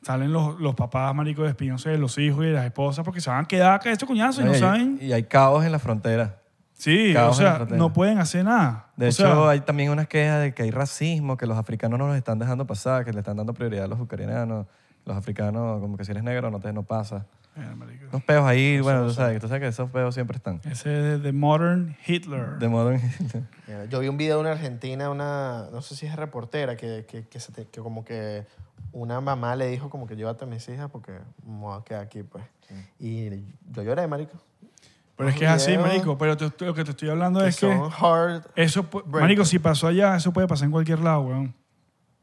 salen los, los papás, marico, despidiéndose de los hijos y de las esposas porque se van a quedar acá estos coñazos y no
Oye,
saben.
Y hay caos en la frontera.
Sí, o
caos en la
sea,
frontera.
no pueden hacer nada.
De
O
hecho,
sea,
hay también unas quejas de que hay racismo, que los africanos no nos están dejando pasar, que le están dando prioridad a los ucranianos. Los africanos, como que si eres negro, no te no pasa.
mira, marico,
Unos peos ahí, bueno, tú sabes, tú sabes que esos peos siempre están.
ese es de, de Modern Hitler.
De modo en-
Mira, yo vi un video de una argentina, una, no sé si es reportera, que, que, que se te- que como que una mamá le dijo como que llévate a mis hijas porque me voy a quedar aquí, pues.
Mm.
Y yo lloré, marico.
pero es que es así,
Los videos
marico. Pero te- lo que te estoy hablando
que
es que
son hard.
eso, pu-
breakers.
marico, si pasó allá, eso puede pasar en cualquier lado, weón.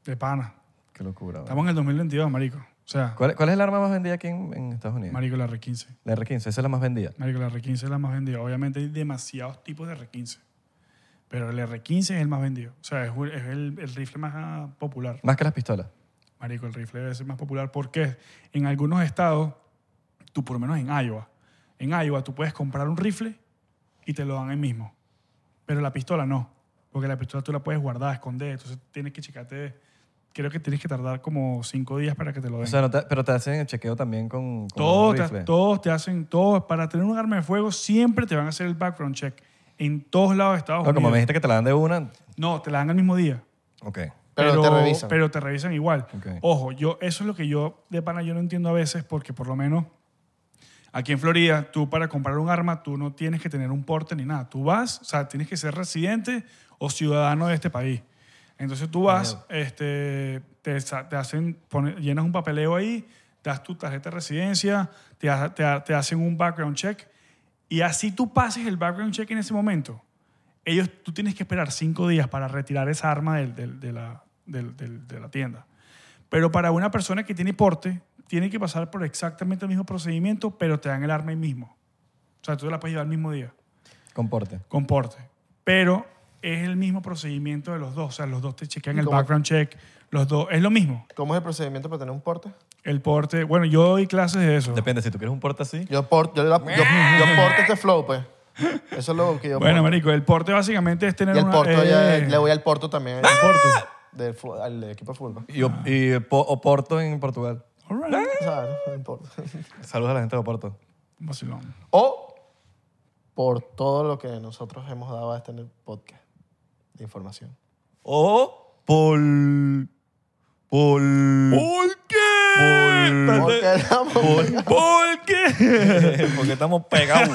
De pana.
Qué locura. güey.
Estamos en el 2022, marico. O sea,
¿Cuál, cuál es el arma más vendida aquí en, en Estados Unidos?
marico, la R15.
La R-15, esa es la más vendida.
Marico, la R15 es la más vendida. Obviamente hay demasiados tipos de R15. Pero el R15 es el más vendido. O sea, es, un- es el, el rifle más ah, popular.
Más que las pistolas.
Marico, el rifle debe ser más popular porque en algunos estados, tú por lo menos en Iowa, en Iowa tú puedes comprar un rifle y te lo dan ahí mismo. Pero la pistola no. Porque la pistola tú la puedes guardar, esconder. Entonces tienes que checarte. Creo que tienes que tardar como cinco días para que te lo den.
O sea, no te- pero te hacen el chequeo también con, con
Todos
un
te,
rifle.
todos te hacen, todos, para tener un arma de fuego siempre te van a hacer el background check. En todos lados de Estados
No, como me
Unidos.
dijiste que te la dan de una.
No, te la dan el mismo día.
Ok.
Pero te revisan.
pero te revisan igual.
Ok.
Ojo, yo, eso es lo que yo de pana yo no entiendo a veces porque por lo menos aquí en Florida, tú para comprar un arma, tú no tienes que tener un porte ni nada. Tú vas, o sea, tienes que ser residente o ciudadano de este país. Entonces tú vas, este, te, sa- te hacen, pone- llenas un papeleo ahí, das tu tarjeta de residencia, te, ha- te ha- te hacen un background check y así tú pases el background check en ese momento. ellos, tú tienes que esperar cinco días para retirar esa arma del- del- de, la, del- del- de la tienda. Pero para una persona que tiene porte, tiene que pasar por exactamente el mismo procedimiento, pero te dan el arma ahí mismo. O sea, tú te la puedes llevar el mismo día,
Comporte.
con porte. Pero es el mismo procedimiento de los dos. O sea, los dos te chequean
¿Y
el
cómo?
background check. Los dos, es lo mismo.
¿Cómo es el procedimiento para tener un porte?
El porte, bueno, yo doy clases de eso.
Depende, si tú quieres un porte así.
Yo, por, yo, la- yo, yo porte este flow, pues. Eso es lo que yo
Bueno,
porto.
marico, el porte básicamente es tener
Y el
una-
porto, ya,
eh,
le voy al porto también.
el porte.
Del fu- al equipo de fútbol.
Y,
Ah.
o- y Po- Oporto en Portugal.
All right.
O sea, no, el porto.
Saludos a la gente de Oporto.
Vacilón.
O por todo lo que nosotros hemos dado a este podcast de información.
O por... Por... ¿Por qué? Por...
Porque éramos-
¿Por qué? Porque estamos pegados.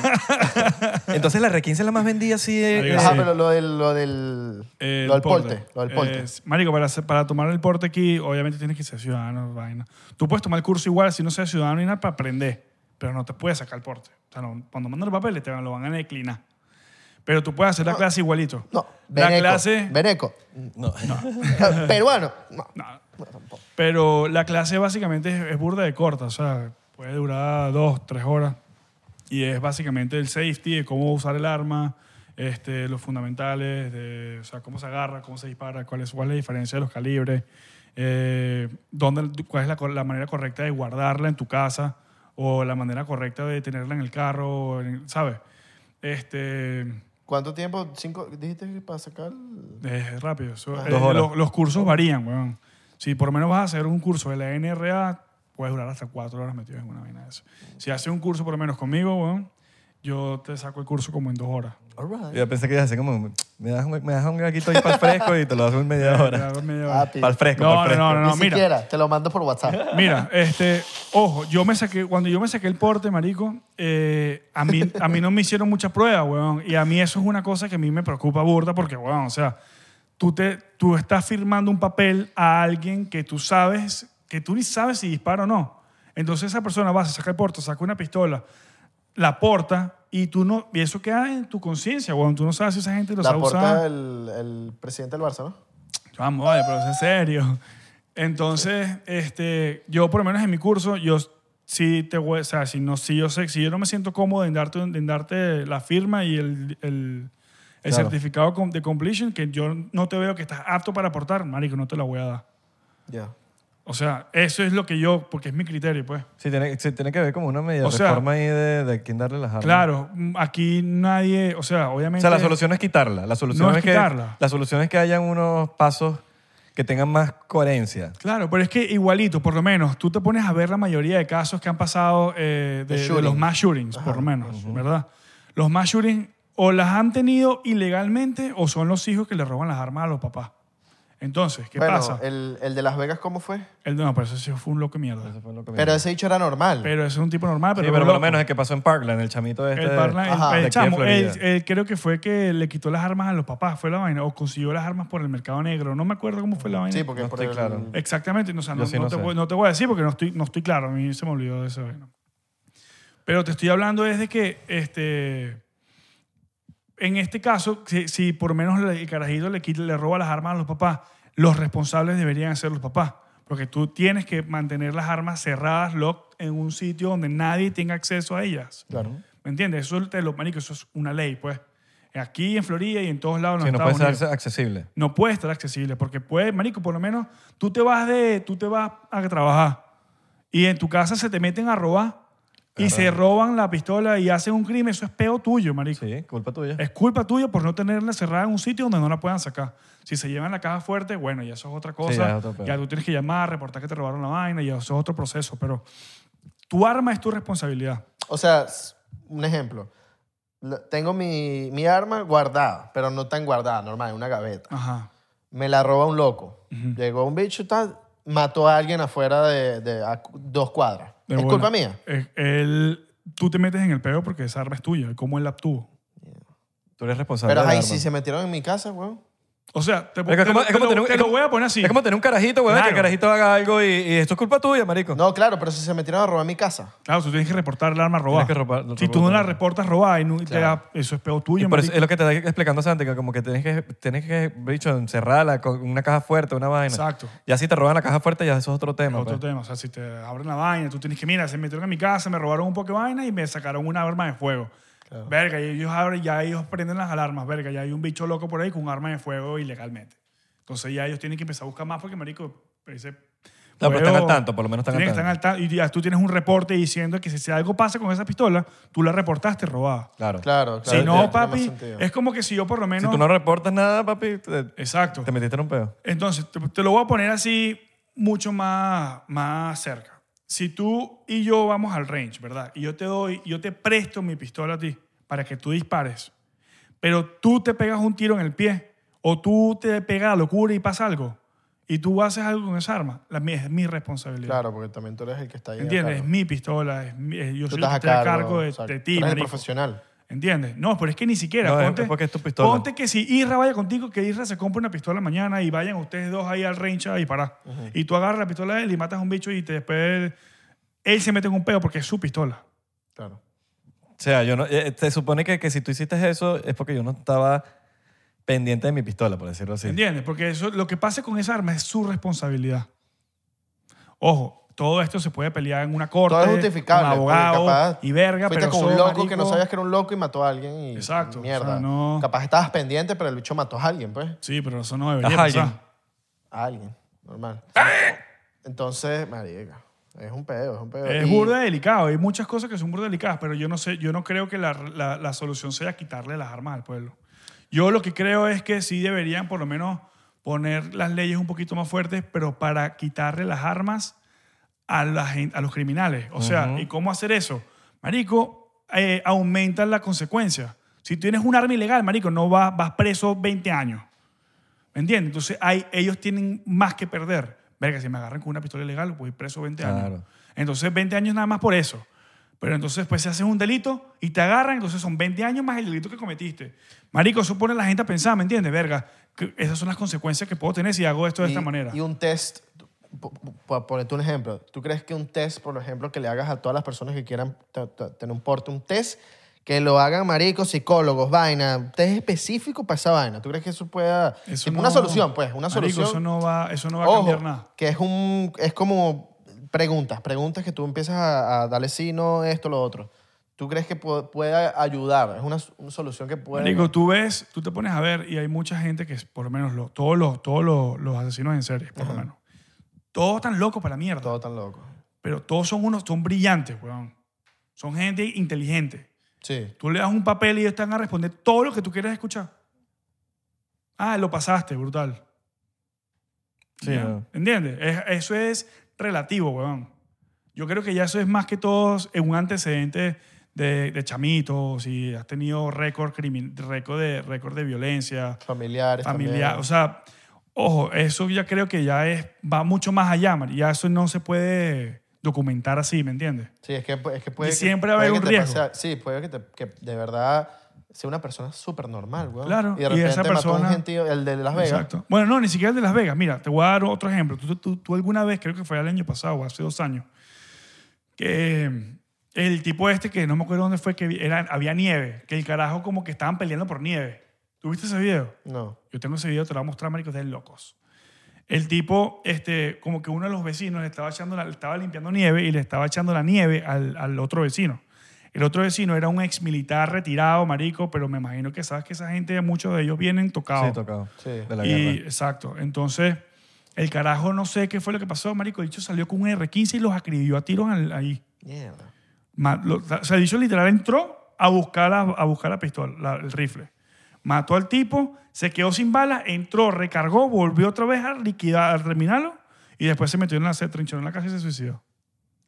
Entonces la R15 es la más vendida así eh, de...
Marico,
Ajá,
sí.
Ah, pero lo del, lo del,
Eh,
lo del
el porte.
porte. Lo del porte.
Es- marico, para, hacer- para tomar el porte aquí, obviamente tienes que ser ciudadano. Vaina. Tú puedes tomar el curso igual si no seas ciudadano y nada para aprender, pero no te puedes sacar el porte. O sea, no- cuando mandan los papeles te van- lo van a declinar. Pero tú puedes hacer la clase igualito.
no,
la
Beneco.
clase,
Beneco.
No.
Peruano. No.
no, pero la clase básicamente es, es burda de corta, o sea, puede durar dos, tres horas. Y es básicamente el safety, de cómo usar el arma, este, los fundamentales, de, o sea, cómo se agarra, cómo se dispara, cuál es, cuál es la diferencia de los calibres, eh, dónde, cuál es la, co- la manera correcta de guardarla en tu casa o la manera correcta de tenerla en el carro, o en- ¿sabes? Este,
¿Cuánto tiempo? ¿Cinco? ¿Dijiste que para sacar? el-
es rápido. Eso-
Ah.
eh,
Dos horas.
Los, los cursos varían, weón. Si por lo menos vas a hacer un curso de la NRA, puedes durar hasta cuatro horas metido en una vaina de eso. Si haces un curso por lo menos conmigo, weón, yo te saco el curso como en dos horas.
All right.
Yo pensé que ibas a hacer como... Me das un, me das un gaquito ahí para el fresco y te lo das en media
Te
hora.
hago media hora.
Papi,
Para el fresco,
No,
para el fresco.
no, no, no,
Ah, ni
mira.
siquiera. Te lo mando por WhatsApp.
Mira, este, ojo, yo me saqué, cuando yo me saqué el porte, marico, eh, a, mí, a mí no me hicieron muchas pruebas, weón. Y a mí eso es una cosa que a mí me preocupa burda porque, weón, o sea, tú, te, tú estás firmando un papel a alguien que tú sabes, que tú ni sabes si dispara o no. Entonces esa persona va, se saca el porte, saca una pistola, la porta y tú no, y eso queda en tu conciencia, weón. Tú no sabes si esa gente lo
La
sabe usar.
porta del el presidente del Barça, ¿no?
Vamos, vale, pero es en serio. Entonces, este, yo por lo menos en mi curso, yo sí te voy, o sea, si no, si yo sé, si yo no me siento cómodo en darte, en darte la firma y el, el, el
Claro.
certificado com- de completion, que yo no te veo que estás apto para aportar, marico, no te la voy a dar.
Ya.
O sea, eso es lo que yo, porque es mi criterio, pues.
Sí, tiene, sí, tiene que ver como una media
O sea-
reforma ahí de, de quién darle las armas.
Claro, mm, aquí nadie, o sea,
O
obviamente.
sea, la solución es quitarla. La solución
No es
es, que,
quitarla.
La solución es que hayan unos pasos que tengan más coherencia.
Claro, pero es que igualito, por lo menos, tú te pones a ver la mayoría de casos que han pasado eh, de,
De
de
shooting.
los mass shootings, por lo menos, ¿verdad? Los mass shootings o las han tenido ilegalmente o son los hijos que le roban las armas a los papás. Entonces, ¿qué
bueno,
pasa? El...
El, el de Las Vegas, ¿cómo fue?
no, pero ese sí fue un loco de mierda.
Eso fue lo que me
Pero
dijo.
ese dicho era normal.
Pero ese es un tipo normal,
Sí,
pero,
pero,
un
por lo
loco.
menos el que pasó en Parkland, el chamito este.
El, parla- el-
Ajá.
el
De aquí de
chamo,
Florida.
el- el- creo que fue que le quitó las armas a los papás, fue la vaina, o consiguió las armas por el mercado negro, no me acuerdo cómo fue la vaina.
sí, porque
No
por
estoy
el-
claro.
Exactamente, no, o sea,
Yo
no,
sí
no
no
te
sé.
voy, no te voy a decir porque no estoy, no estoy claro, a mí se me olvidó de eso. bueno. Pero te estoy hablando es de que, este, en este caso, si, si por lo menos le- el carajito le, quita- le roba las armas a los papás, los responsables deberían ser los papás. Porque tú tienes que mantener las armas cerradas, locked, en un sitio donde nadie tenga acceso a ellas.
Claro.
¿Me entiendes? Eso te lo marico, eso es una ley, pues. Aquí en Florida y en todos lados en los
Sí, no
Estados
puede
Unidos
ser accesible.
no puede estar accesible porque puede, marico, por lo menos tú te vas de, tú te vas a trabajar y en tu casa se te meten a robar y se roban la pistola y hacen un crimen, eso es peo tuyo, marico.
Sí, culpa tuya.
Es culpa tuya por no tenerla cerrada en un sitio donde no la puedan sacar. Si se llevan la caja fuerte, bueno, ya eso es otra cosa.
ya es otro peo.
ya tú tienes que llamar, reportar que te robaron la vaina, ya eso es otro proceso, pero tu arma es tu responsabilidad.
O sea, s- un ejemplo. La- Tengo mi, mi arma guardada, pero no tan guardada, normal, en una gaveta.
Ajá.
Me la roba un loco. Llegó un bicho, tal, mató a alguien afuera de, de- a cu- dos cuadras.
De
¿Es
bola.
culpa mía?
Eh, él- tú te metes en el peo porque esa arma es tuya, cómo él la obtuvo.
Tú eres responsable.
Pero
del
ahí
arma.
si se metieron en mi casa, weón.
O sea, te,
Es que
te-
es como-
te
es como
lo-
tener un-
te
es
lo
como-
voy a poner así.
Es como tener un carajito, weón, que el
Claro.
carajito haga algo y, y esto es culpa tuya, marico.
No, claro, pero si se metieron a robar mi casa.
Claro, tú tienes que reportar el arma robada.
Tienes que ropa-
si tú no la
reportar.
reportas robada, y no- y te da- eso es peor tuyo.
Y por eso
marico.
es lo que te estaba explicando antes, que como que tienes que, tienes que bicho, encerrarla con una caja fuerte, una vaina.
Exacto.
Ya si te roban la caja fuerte, ya eso es otro tema.
Otro
pues.
tema. O sea, si te abren la vaina, tú tienes que, mira, se metieron en mi casa, me robaron un poco de vaina y me sacaron una arma de fuego. Verga, y ellos abren, ya ellos prenden las alarmas, verga, ya hay un bicho loco por ahí con un arma de fuego ilegalmente. Entonces ya ellos tienen que empezar a buscar más porque, marico, ese...
No, pero están
huevo-
al tanto, por lo menos están al
tienen que
tanto.
estar al tanto. Y ya tú tienes un reporte diciendo que si- si algo pasa con esa pistola, tú la reportaste robada.
Claro.
Claro, claro.
Si
tiene
no,
más
papi,
sentido.
es como que si yo por lo menos...
Si tú no reportas nada, papi, te,
Exacto.
te metiste en un peo.
Entonces, te, te lo voy a poner así mucho más, más cerca. Si tú y yo vamos al range, ¿verdad? Y yo te doy, yo te presto mi pistola a ti para que tú dispares, pero tú te pegas un tiro en el pie o tú te pegas la locura y pasa algo y tú haces algo con esa arma, la, mía- es mi responsabilidad.
Claro, porque también tú eres el que está ahí. a
¿Entiendes?
cargo.
Es mi pistola, es mi- es- yo
Tú
soy el
estás
que
a
estoy a
cargo,
cargo de,
exacto.
de
Tú
ti,
eres el
marico.
profesional.
¿Entiendes? No, pero es que ni siquiera.
No, es-
ponte,
es porque es tu pistola.
ponte que si Isra vaya contigo, que Isra se compre una pistola mañana y vayan ustedes dos ahí al range a disparar. Y tú agarras la pistola de él y matas a un bicho y te- después él se mete en un peo porque es su pistola.
Claro.
O sea, yo no, eh, te supone que, que si tú hiciste eso es porque yo no estaba pendiente de mi pistola, por decirlo así.
¿Entiendes? Porque eso, lo que pase con esa arma es su responsabilidad. Ojo, todo esto se puede pelear en una corte,
Todo es justificable.
con
porque
abogado
capaz
y verga,
fuiste
pero
con un
eso,
loco que no
marico,
sabías que era un loco y mató a alguien. Y,
Exacto, o sea,
Mierda.
no-
Capaz estabas pendiente, pero el bicho mató a alguien, pues.
Sí, pero eso no debería
Ajá,
pasar.
alguien.
A alguien. Normal. Entonces, marica, es un pedo, es un pedo.
Es
Y-
burda delicado. Hay muchas cosas que son burda delicadas, pero yo no sé, yo no creo que la, la- la solución sea quitarle las armas al pueblo. Yo lo que creo es que sí deberían por lo menos poner las leyes un poquito más fuertes, pero para quitarle las armas a, la gen- a los criminales. O sea, ¿y cómo hacer eso? Marico, eh, aumenta la consecuencia. Si tienes un arma ilegal, marico, no vas, vas preso 20 años. ¿Me entiendes? Entonces hay, ellos tienen más que perder. Verga, si me agarran con una pistola ilegal, voy preso 20 años.
Claro.
Entonces 20 años nada más por eso. Pero entonces pues se hace un delito y te agarran, entonces son 20 años más el delito que cometiste. Marico, eso pone a la gente a pensar, ¿me entiendes? Verga, que esas son las consecuencias que puedo tener si hago esto de
y-
esta manera.
Y un test, po- po- por ponerte un ejemplo, ¿tú crees que un test, por ejemplo, que le hagas a todas las personas que quieran ta- ta- tener un porte, un test, que lo hagan maricos, psicólogos, vaina, test específico para esa vaina? ¿Tú crees que eso pueda...
Eso
tipo,
no-
una solución, pues, una
Marico,
solución.
eso no va, eso no va a
Ojo,
cambiar nada.
que es, un, es como preguntas, preguntas que tú empiezas a, a darle sí, no, esto, lo otro. ¿Tú crees que pu- pueda ayudar? Es una, una solución que puede...
Marico, tú ves, tú te pones a ver y hay mucha gente que, es, por lo menos, lo- todos, los, todos los, los asesinos en serie, por lo menos. Todos están locos para la mierda.
Todo tan loco.
Pero todos son unos, son brillantes, weón. Son gente inteligente.
Sí.
Tú le das un papel y ellos te van a responder todo lo que tú quieras escuchar. Ah, lo pasaste, brutal.
Sí,
Ya.
no.
¿Entiendes? Es- eso es relativo, weón. Yo creo que ya eso es más que todo un antecedente de, de chamito, si has tenido récord, crimin- récord, de, récord de violencia,
Familiares
familiar.
Pues también.
O sea, ojo, eso ya creo que ya es, va mucho más allá, man. ya eso no se puede documentar así, ¿me entiendes?
Sí, es que, es que puede
Y
que-
siempre
puede
va a haber
que
un
te
riesgo.
pase a- sí, puede que, te- que de verdad sea una persona súper normal, güey.
Claro,
Y
y
de repente
esa
mató a un
persona-
gentío, el de Las Vegas.
Exacto. Bueno, no, ni siquiera el de Las Vegas. Mira, te voy a dar otro ejemplo. Tú, tú- tú alguna vez, creo que fue el año pasado o hace dos años, que eh, el tipo este, que no me acuerdo dónde fue, que era, había nieve, que el carajo como que estaban peleando por nieve. ¿Tuviste ese video?
No.
Yo tengo ese video, te lo voy a mostrar, marico, es de locos. El tipo, este, como que uno de los vecinos le estaba, echando la- le estaba limpiando nieve y le estaba echando la nieve al, al otro vecino. El otro vecino era un ex militar retirado, marico, pero me imagino que sabes que esa gente, muchos de ellos vienen tocados.
Sí, tocado.
Sí.
De la
Y-
guerra.
Exacto. Entonces, el carajo no sé qué fue lo que pasó, marico. El bicho salió con un R15 y los acribilló a tiros al- ahí.
Mierda.
Ma- lo- o sea, el bicho literal entró a buscar, la- a buscar la pistola, la- el rifle. Mató al tipo, se quedó sin balas, entró, recargó, volvió otra vez a liquidar, a terminarlo y después se metió en la, se trinchó en la casa y se suicidó.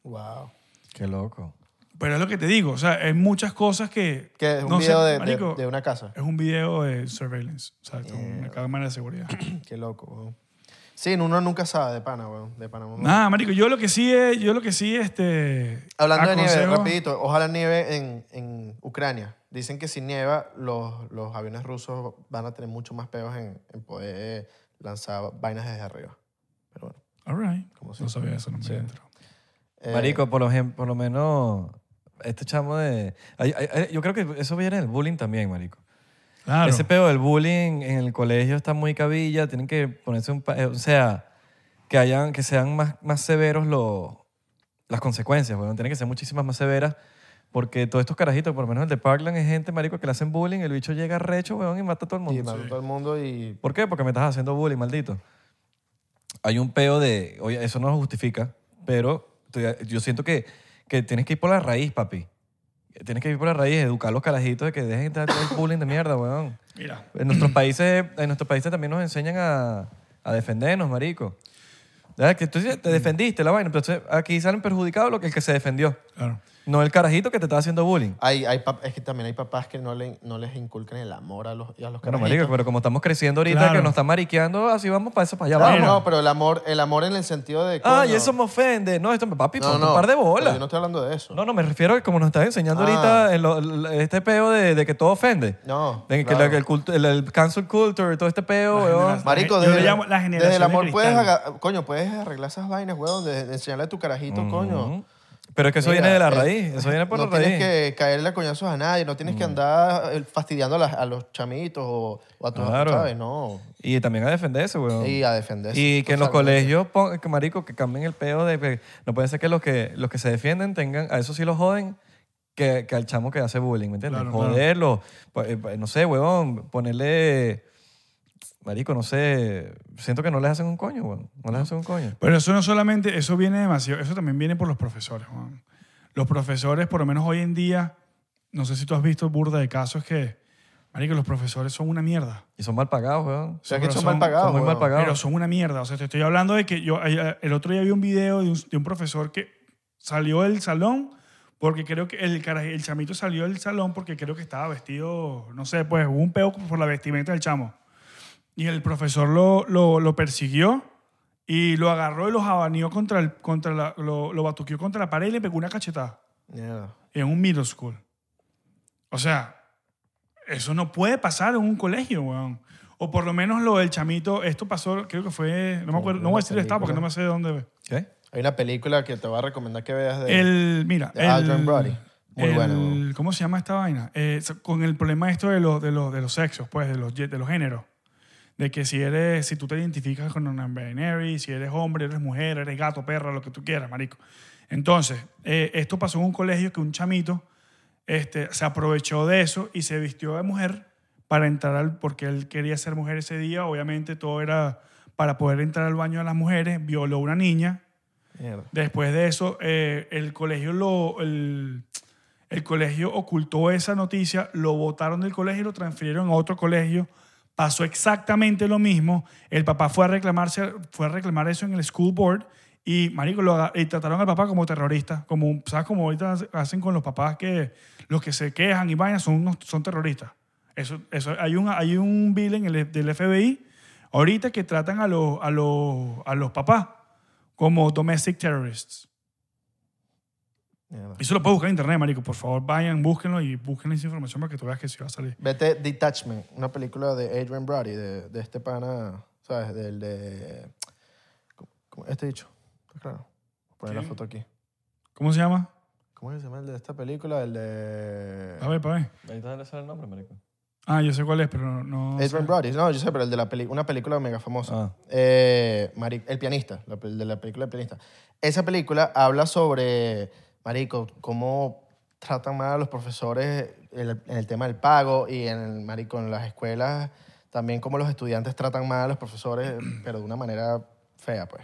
Wow.
Qué loco.
Pero es lo que te digo, o sea, hay muchas cosas que...
Que es un Eh.
no sé,
video de, de-
marico,
de una casa.
Es un video de surveillance, o sea, con una cámara de seguridad.
Qué loco, güey. Sí, uno nunca sabe de pana, weón. De pana. uno-
Nada, marico, yo lo que sí es, yo lo que sí, este...
Hablando de nieve,
aconsejo-
rapidito. Ojalá nieve en, en Ucrania. Dicen que si nieva, los, los aviones rusos van a tener mucho más peos en, en poder lanzar vainas desde arriba. Pero bueno.
All right.
Como
No
siempre.
sabía eso, no me
Sí.
entro.
eh,
Marico, por lo, gen- por lo menos, este chamo de... ay, ay, ay, yo creo que eso viene del bullying también, marico.
Claro.
Ese pedo del bullying en el colegio está muy cabilla, tienen que ponerse un... pa- eh, O sea, que, hayan, que sean más, más severos los las consecuencias, weón. Tienen que ser muchísimas más severas porque todos estos carajitos, por lo menos el de Parkland, es gente, marico, que le hacen bullying, el bicho llega recho, weón, y mata a todo el
Y
mundo.
mató a todo el mundo y
¿Por qué? Porque me estás haciendo bullying, maldito. Hay un peo de, oye, eso no lo justifica, pero estoy- yo siento que, que tienes que ir por la raíz, papi. Tienes que ir por la raíz, educar a los carajitos de que dejen de estar todo el bullying de mierda, weón.
Mira.
En nuestros países, en nuestros países también nos enseñan a, a defendernos, marico. Ya, Que tú sí
Mm.
te defendiste la vaina, pero entonces aquí salen perjudicados lo que el que se defendió,
Claro.
no el carajito que te estaba haciendo bullying.
Hay, hay pap- es que también hay papás que no, le, no les inculcan el amor a los, y a los
Claro,
carajitos.
marico, pero como estamos creciendo ahorita,
Claro.
que nos está mariqueando, así vamos para eso, para allá.
Claro,
vamos.
no, pero el amor, el amor en el sentido de.
Ah, y
coño,
eso me ofende. No, esto me papi,
no,
ponte
no,
un par de
pero
bolas.
Yo no
No,
estoy hablando de eso.
no, me refiero a que como nos estás enseñando
Ah.
ahorita en lo- el- este peo de, de que todo ofende.
No,
De que
claro.
la- que el, cultu- el- el cancel culture, todo este peo,
La
weón.
generación.
Marico,
Yo
desde,
le llamo la
desde
generación
el
de
amor puedes,
cristal.
aga- coño, puedes arreglar esas vainas, weón, de, de enseñarle a tu carajito, coño.
Pero es que eso
Mira,
viene de la
eh,
raíz. Eso viene por
no
la raíz. Mm.
tienes que caerle a coñazos a nadie, no tienes que andar eh, fastidiando a, las- a los chamitos o, o a tus
Claro.
¿sabes? No.
Y también a defenderse, weón.
Y a defenderse.
Y que en los
totalmente.
colegios, pon- que, marico, que cambien el peo de que no puede ser que los que, los que se defienden tengan, a eso sí los joden, que, que al chamo que hace bullying, ¿me entiendes?
Claro, claro.
Joderlo, pa- eh, pa- no sé, huevón, ponerle, marico, no sé, siento que no les hacen un coño, huevón, no les hacen un coño.
Pero eso no solamente, eso viene demasiado, eso también viene por los profesores, Juan. Los profesores, por lo menos hoy en día, no sé si tú has visto burda de casos que, marico, los profesores son una mierda.
Y son mal pagados, huevón.
O sea, que
Pero
son
son-
mal pagados.
son muy mal
weón.
pagados. Claro.
Pero son una mierda. O sea, te estoy hablando de que yo eh, el otro día vi un video de un, de un profesor que salió del salón porque creo que el, cara- el chamito salió del salón porque creo que estaba vestido, no sé, pues hubo un peo por la vestimenta del chamo. Y el profesor lo, lo, lo persiguió y lo agarró y lo jabaneó contra el, contra la, lo, lo batuqueó contra la pared y le pegó una cachetada
Mierda.
en un middle school. O sea, eso no puede pasar en un colegio, weón. O por lo menos lo del chamito, esto pasó, creo que fue, no me acuerdo, no voy a decir el estado porque no me sé de dónde.
¿Qué?
Hay una película que te voy a recomendar que veas de.
El, mira,
De Adrian
el-
Brody. Muy
el-
buena, weón.
¿Cómo se llama esta vaina? Eh, so- con el problema esto de los, de los, de los sexos, pues, de los, de los géneros. De que si eres, si tú te identificas con un binary, si eres hombre, eres mujer, eres gato, perra, lo que tú quieras, marico. Entonces, eh, esto pasó en un colegio que un chamito este, se aprovechó de eso y se vistió de mujer para entrar al, porque él quería ser mujer ese día. Obviamente todo era para poder entrar al baño de las mujeres. Violó a una niña,
Mierda.
Después de eso, eh, el colegio lo. El, el colegio ocultó esa noticia, lo botaron del colegio y lo transfirieron a otro colegio. Pasó exactamente lo mismo. El papá fue a reclamarse, fue a reclamar eso en el school board y marico lo aga- y trataron al papá como terrorista, como un- sabes como ahorita hacen con los papás que los que se quejan y vainas son unos- son terroristas. Eso, eso hay un hay un bill en el, del FBI ahorita que tratan a los a los a los papás como domestic terrorists.
Mierda.
Eso lo puedes buscar en internet, marico. Por favor, vayan, búsquenlo y busquen esa información para que tú veas que sí va a salir.
Vete Detachment, una película de Adrian Brody, de, de este pana, ¿sabes? Del de. ¿cómo- cómo- Este dicho. Está claro. Voy a poner la
Sí.
foto aquí.
¿Cómo se llama?
¿Cómo es que se llama el de esta película? El
A
de.
ver, pa' ver.
Ahí está sale el nombre, marico.
Ah, yo sé cuál es, pero no- no. sé.
Adrian Brody. No, yo sé, pero el de la peli- una película mega famosa.
Ah,
Eh, mari- el pianista, la pel- de la película El pianista. Esa película habla sobre, marico, cómo tratan mal a los profesores en el, en el tema del pago y en el, marico, en las escuelas también cómo los estudiantes tratan mal a los profesores, pero de una manera fea, pues.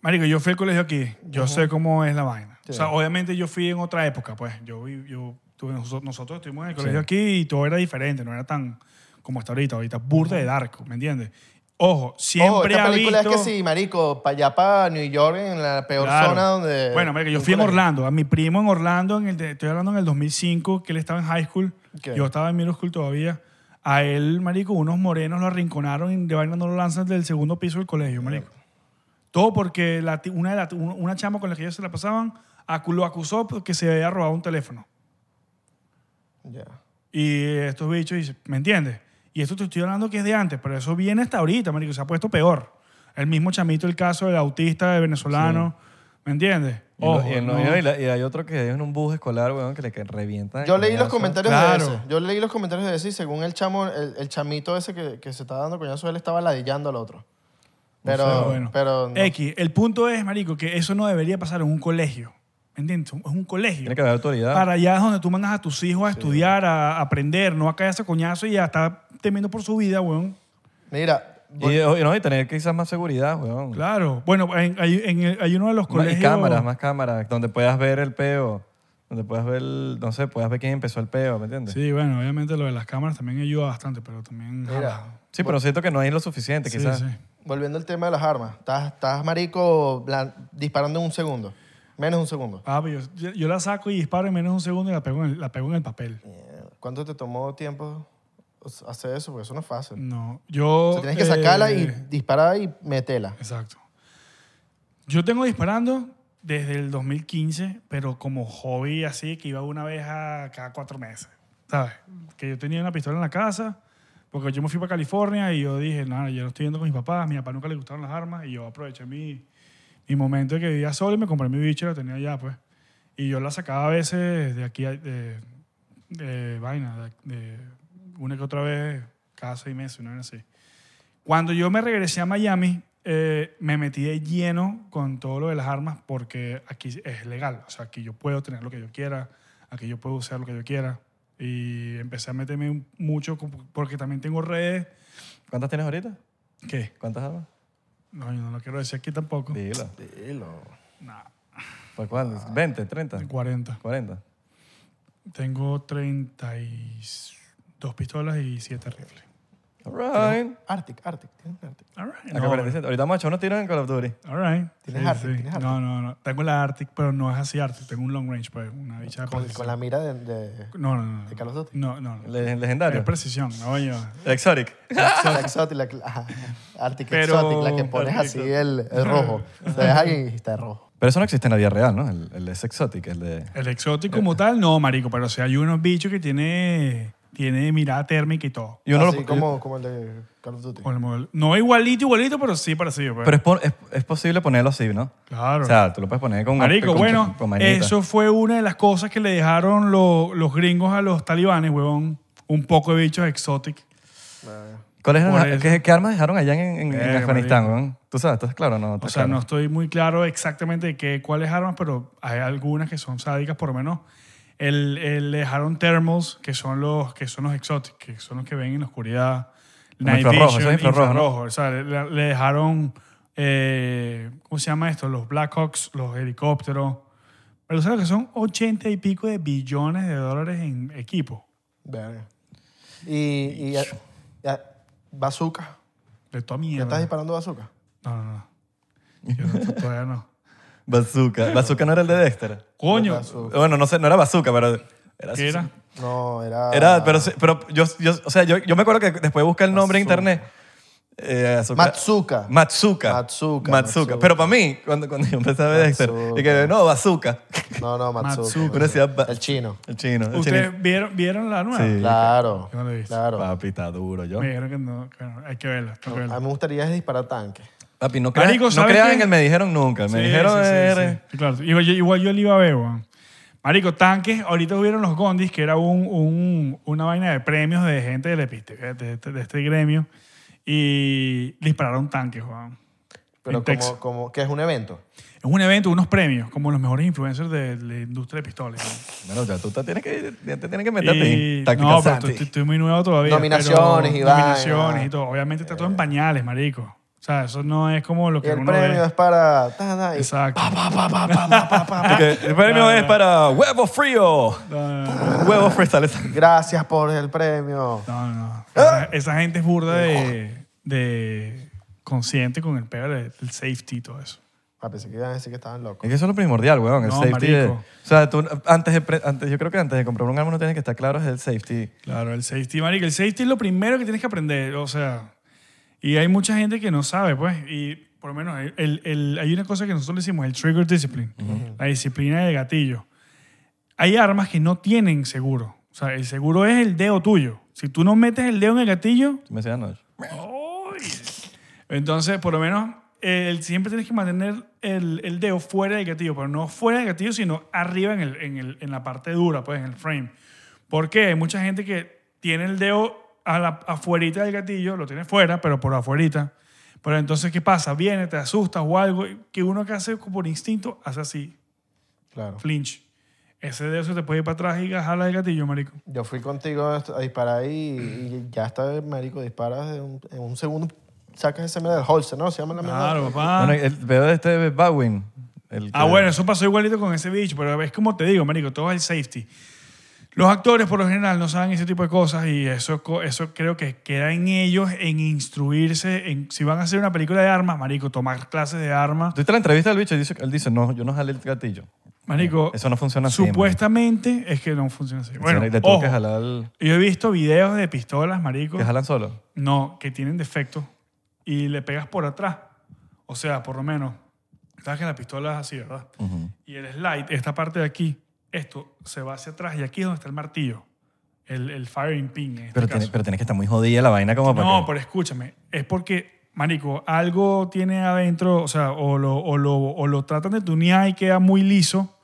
Marico, yo fui al colegio aquí. Yo sé cómo es la vaina.
Sí.
O sea, obviamente yo fui en otra época, pues. Yo, vi- yo tuve- nosotros, nosotros estuvimos en el colegio
Sí.
aquí y todo era diferente. No era tan como está ahorita. Ahorita burda de darko, ¿me entiendes? Ojo,
Ojo,
siempre
esta
ha
película
visto...
es que sí, marico, para allá para New York, en la peor
Claro.
zona
Eh,
donde...
Bueno, marico, yo fui en Orlando. A mi primo en Orlando, en el de- estoy hablando en el 2005, que él estaba en high school.
Ok.
Yo estaba en middle school todavía. A él, marico, unos morenos lo arrinconaron y de vaina no lo lanzan del segundo piso del colegio, marico. Todo porque la ti- una, de la- un- una chama con la que ellos se la pasaban acu- lo acusó porque se había robado un teléfono.
Ya.
Y estos bichos dicen, ¿me entiendes? Y esto te estoy hablando que es de antes, pero eso viene hasta ahorita, marico. Se ha puesto peor. El mismo chamito, el caso del autista del venezolano. ¿Me entiendes?
Y en lo-
Ojo,
y, en lo-
no.
y la- y hay otro que es en un bus escolar, weón, que le que revienta. de
Yo leí los
coñazo.
comentarios
Claro.
de ese. Yo leí los comentarios de ese y según el chamo, el, el chamito ese que, que se estaba dando coñazo, él estaba ladillando al otro. Pero,
Pero bueno.
pero no.
X, el punto es, marico, que eso no debería pasar en un colegio. ¿Me entiendes? Es un colegio.
Tiene que haber autoridad.
Para allá es donde tú mandas a tus hijos a estudiar, a aprender, no a caerse a coñazo y a estar temiendo por su vida, weón.
Mira,
Y, y no, y tener quizás más seguridad, weón.
Claro. Bueno, en- hay, en el- hay uno de los
Ma-
colegios...
Y cámaras, más cámaras, donde puedas ver el peo, donde puedas ver, el- no sé, puedas ver quién empezó el peo, ¿me entiendes?
Sí, bueno, obviamente lo de las cámaras también ayuda bastante, pero también...
mira.
Sí, pero siento que no hay lo suficiente,
Sí,
quizás.
sí.
Volviendo al tema de las armas. Estás, estás marico, la- disparando en un segundo. Menos de un segundo.
Papi, Ah, pues yo, yo la saco y disparo en menos de un segundo y la pego en el, la pego en el papel.
Mierda. ¿Cuánto te tomó tiempo hacer eso? Porque eso no es fácil.
No, yo...
O sea, tienes que sacarla y
eh,
disparar y metela.
Exacto. Yo tengo disparando desde el 2015, pero como hobby así, que iba una vez a cada cuatro meses. ¿Sabes? Que yo tenía una pistola en la casa, porque yo me fui para California y yo dije, nada, yo lo estoy yendo con mis papás, a mi papá nunca le gustaron las armas, y yo aproveché mi, mi momento de que vivía solo y me compré mi bicho y lo tenía allá, pues. Y yo la sacaba a veces de aquí, a- de, de vaina, de, de una que otra vez, cada seis meses, una vez así. Cuando yo me regresé a Miami, eh, me metí de lleno con todo lo de las armas porque aquí es legal. O sea, aquí yo puedo tener lo que yo quiera, aquí yo puedo usar lo que yo quiera. Y empecé a meterme mucho con- porque también tengo redes.
¿Cuántas tienes ahorita?
¿Qué?
¿Cuántas armas?
No, yo no lo quiero decir aquí tampoco.
Dilo.
Nah,
¿Por cuál? ¿20, 30,
40.
40?
Tengo 32 pistolas y 7 rifles.
All right.
Arctic, Arctic. Tienes un Arctic.
All right.
AK-47.
No,
Ahorita vamos a echar unos tiros en Call of Duty.
all right.
¿Tienes
Sí,
Arctic?
sí.
¿Tienes Arctic?
No, no, no. Tengo la Arctic, pero no es así Arctic. Tengo un long range, pues, una bicha de
Con,
precisión.
con la mira de, de,
No, no, no. no.
de Carlos Duty.
No, no. no.
Le-
Es
Legendario.
precisión, no, yo.
Exotic.
La exotic, la, ajá, Arctic
Pero-
Exotic, la que pones así el, el rojo. Te dejas ahí y está rojo.
Pero eso no existe en la vida real, ¿no? El, el es exotic, el de...
El
Eh.
exótico como tal, no, marico, pero o sea, hay unos bichos que tiene, tiene mirada térmica y todo.
Y uno lo-
así como, como el de Carlos Duty.
Con el modelo. No igualito, igualito, pero sí parecido. Pues.
Pero es, po- es, es posible ponerlo así, ¿no?
claro.
O sea, tú lo puedes poner con...
marico,
con-
bueno,
con manita.
eso fue una de las cosas que le dejaron lo- los gringos a los talibanes, huevón. Un poco de bichos exóticos.
Ah,
¿Cuáles eran
Por
las-
eso.
qué, qué armas dejaron allá en, en- en
Verga,
Afganistán, weón? Tú sabes, estás claro, ¿no?
O
¿Estás
sea,
claro?
no estoy muy claro exactamente de qué, cuáles armas, pero hay algunas que son sádicas, por lo menos. El, el- le dejaron thermals, que son los que son los exotic, que son los que ven en la oscuridad.
Como infrarrojo, eso es infrarrojo, ¿no?
infrarrojo. O sea, le, le dejaron, eh, ¿cómo se llama esto? Los Blackhawks, los helicópteros. Pero sabes que son 80 y pico de billones de dólares en equipo,
Verga. Y, y a- y a- bazooka.
de toda
¿Ya estás
mierda.
disparando bazooka?
No, no, no. Yo no, todavía no.
Bazooka. Bazooka no era el de Dexter.
Coño,
Bazooka.
Bueno, no sé, no era bazooka, pero... Era,
¿qué era? Ah.
No, era...
Era, pero, sí- pero yo, yo, o sea, yo, yo me acuerdo que después busqué el nombre en internet. Eh, azúcar-
Matsuka.
Matsuka.
Matsuka, Matsuka.
Pero para mí, cuando, cuando yo empecé a ver Dexter,
Matsuka.
y que no, bazooka.
No, no, Matsuka.
Matsuka.
Uno decía ba-
El chino.
El chino. El chino.
¿Ustedes vieron, vieron la nueva?
Sí.
Claro.
Yo no lo he visto.
Claro.
Papi, está duro yo.
Me dijeron que no, que no, hay que verla, hay que verla.
A mí me gustaría es disparar tanques.
Papi, no creas,
Marico,
no
¿sabes
creas
qué?
en el me dijeron nunca. Me
Sí,
dijeron
sí, sí,
era-
sí. Sí, Claro, igual, yo- igual yo le iba a ver, weón. Marico, tanques, ahorita hubieron los Gondis, que era un, un- una vaina de premios de gente del episte- de, de- de este gremio, y dispararon tanques, weón.
Pero como,
En Texas.
como que es un evento.
Es un evento, unos premios, como los mejores influencers de, la industria de pistoles. weón.
Bueno, ya tú te tienes que, ya te tienes
Pues,
que meterte
Y-
en táctica
no, pero
Santi.
estoy, estoy- estoy muy nuevo todavía.
Nominaciones
pero-
y vaina.
Nominaciones y todo. Obviamente está todo en pañales, marico. O sea, eso no es como lo
Y
que
el
uno
premio
ve.
es Ah, para... ta, ta, y-
Exacto.
Y que el premio es para huevo frío.
No, no, no.
Huevo frío sale Santi.
Gracias por el premio.
No, no. Esa, esa gente es burda de, de consciente con el peor del safety y todo eso.
Ah, pensé que iban a decir que estaban locos.
Es que eso es lo primordial, weón. El
No,
safety. de-
marico.
o sea, tú, antes de pre- antes, yo creo que antes de comprar un arma uno tiene que estar claro es el safety.
Claro, el safety, marico. El safety es lo primero que tienes que aprender, o sea. Y hay mucha gente que no sabe, pues. Y por lo menos hay- el- el- hay una cosa que nosotros le decimos, el trigger discipline, la disciplina de gatillo. Hay armas que no tienen seguro. O sea, el seguro es el dedo tuyo. Si tú no metes el dedo en el gatillo,
Me decía anoche.
¡ay! entonces por lo menos eh, el- siempre tienes que mantener el, el dedo fuera del gatillo, pero no fuera del gatillo, sino arriba en, el- en el- en la parte dura, pues en el frame. Porque hay mucha gente que tiene el dedo a la, afuerita del gatillo, lo tiene fuera, pero por afuerita. Pero entonces, ¿qué pasa? Viene, te asustas o algo, y que uno que hace por instinto, hace así, Eh,
Claro.
flinch. Ese dedo se te puede ir para atrás y jala el gatillo, marico.
Yo fui contigo a a disparar y, y ya está, marico, disparas en un, en un segundo, sacas ese mierda del holster, ¿no? Se llama la mierda.
Claro, papá.
Bueno, el pedo de este Baldwin. el
Ah,
que-
bueno, eso pasó igualito con ese bicho, pero es como te digo, marico, todo es el safety. Los actores por lo general no saben ese tipo de cosas y eso, co- eso creo que queda en ellos en instruirse. En, si van a hacer una película de armas, marico, tomar clases de armas.
Tuviste la entrevista del bicho y dice, él dice, no, yo no jalé el gatillo.
Marico,
Eso no funciona así.
supuestamente es que no funciona así.
Bueno,
Oh, Bueno,
le tuvo
ojo,
que jalar el-
yo he visto videos de pistolas, marico,
que jalan solo.
no, que tienen defectos y le pegas por atrás. O sea, por lo menos, sabes que la pistola es así, ¿verdad?
Ujú.
Y el slide, esta parte de aquí, esto se va hacia atrás y aquí es donde está el martillo, el, el firing pin. En este
pero,
caso.
tiene, pero tienes que estar muy jodida la vaina como para
no,
que...
pero escúchame, es porque, marico, algo tiene adentro, o sea, o lo, o lo, o lo tratan de tunear y queda muy liso,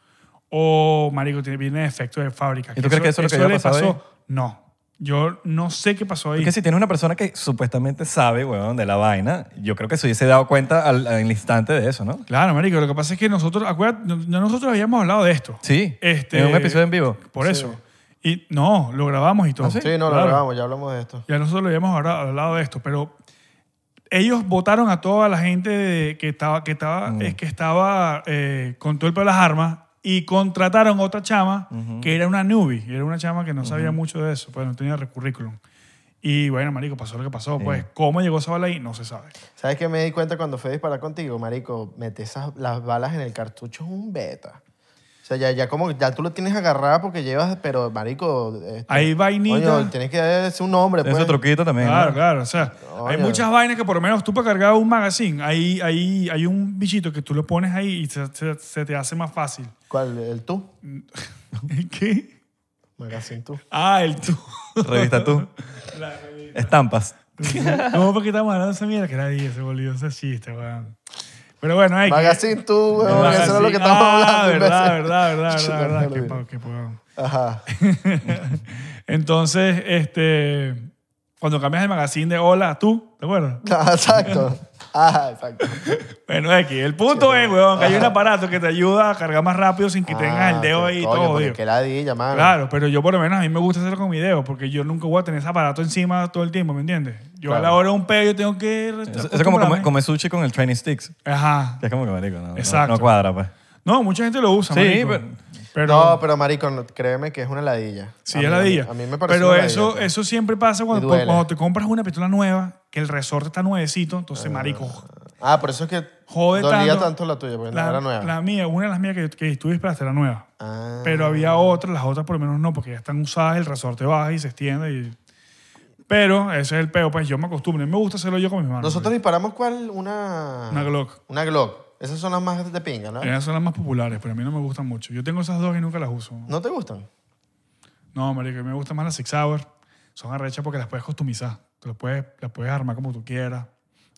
o, marico, tiene, viene defecto de fábrica.
¿Y tú crees que eso es lo que había
le
pasado ahí?
No, yo no sé qué pasó ahí.
Porque si tienes una persona que supuestamente sabe, weón, de la vaina, yo creo que se hubiese dado cuenta al, al instante de eso, ¿no?
Claro, marico, lo que pasa es que nosotros, acuérdate, no- no nosotros habíamos hablado de esto.
Sí,
Este-
en un episodio en vivo.
Por
Sí. ¿Ah,
eso. Y no, lo grabamos y todo.
Sí, no, lo
Claro.
grabamos, ya hablamos de esto.
Ya nosotros lo habíamos habra- hablado de esto, pero ellos votaron a toda la gente de- que estaba, que estaba,
Mm.
eh, que estaba eh, con todo el pelo de las armas y contrataron otra chama que era una newbie, era una chama que no sabía mucho de eso, pues no tenía currículum. Y bueno, marico, pasó lo que pasó. Pues, ¿cómo llegó esa bala ahí? No se sabe.
¿Sabes qué me di cuenta cuando fui a disparar contigo, marico? Mete esas, las balas en el cartucho es un beta. O sea, ya, ya como que ya tú lo tienes agarrada porque llevas, pero marico... este,
Hay vainita.
coño, tienes que darse un nombre, pues.
Ese truquito también. ¿no?
Claro, claro. O sea,
Coño.
hay muchas vainas que por lo menos tú para cargar un magazine, hay, hay, hay un bichito que tú lo pones ahí y se, se- se te hace más fácil.
¿Cuál? ¿El tú?
¿El qué?
Magazine tú.
Ah, el tú.
Revista tú. Estampas.
No, porque estamos hablando de esa mierda que nadie se volvió ese chiste, weón. Pero bueno, hay que-
Magazine tú,
El
weón, eso es lo que
magazine.
estamos
Ah,
hablando.
Verdad,
imbécil.
verdad, verdad,
Yo
verdad,
no
verdad.
lo
Qué
vi.
pa- qué pagón.
Ajá.
Entonces, este, cuando cambias el magazine de hola a tú, ¿te acuerdas?
Exacto. Ajá, exacto.
Bueno, aquí el punto es, weón, que hay un aparato que te ayuda a cargar más rápido sin que tengas el dedo
Ah,
ahí y
coño,
todo,
porque
digo.
Qué ladilla, mano.
Claro, pero yo por lo menos a mí me gusta hacerlo con mi dedo porque yo nunca voy a tener ese aparato encima todo el tiempo, ¿me entiendes? Yo a la
Claro.
hora de un pedo yo tengo que...
Eso es como comer,
acostumbrarme.
comer sushi con el training sticks.
Ajá.
Es como que, marico, no, no-
Exacto.
no cuadra, pues.
No, mucha gente lo usa,
Sí,
marico.
pero-
No, pero marico, no, créeme que es una ladilla.
Sí,
A
es
mí-
ladilla.
A mí me parece
Pero
una
eso,
ladilla.
eso siempre pasa cuando,
duele.
cuando te compras una pistola nueva, que el resorte está nuevecito, entonces, marico,
Ah, por eso es que
jode
dolía
tanto.
tanto la tuya, porque no era nueva.
la mía, una de las mías que, que tú disparaste era nueva.
Ah.
Pero había otras, las otras por lo menos no, porque ya están usadas, el resorte baja y se extiende. Y... Pero ese es el peo, pues yo me acostumbro. A mí me gusta hacerlo yo con mis manos. pues.
Nosotros disparamos cuál? Una...
Una Glock.
Una Glock. Esas son las más de pinga, ¿no?
Esas son las más populares, pero a mí no me gustan mucho. Yo tengo esas dos y nunca las uso.
¿No te gustan?
No, marico, a mí me gustan más las Six Hour. Son arrechas porque las puedes customizar. Te las puedes, las puedes armar como tú quieras.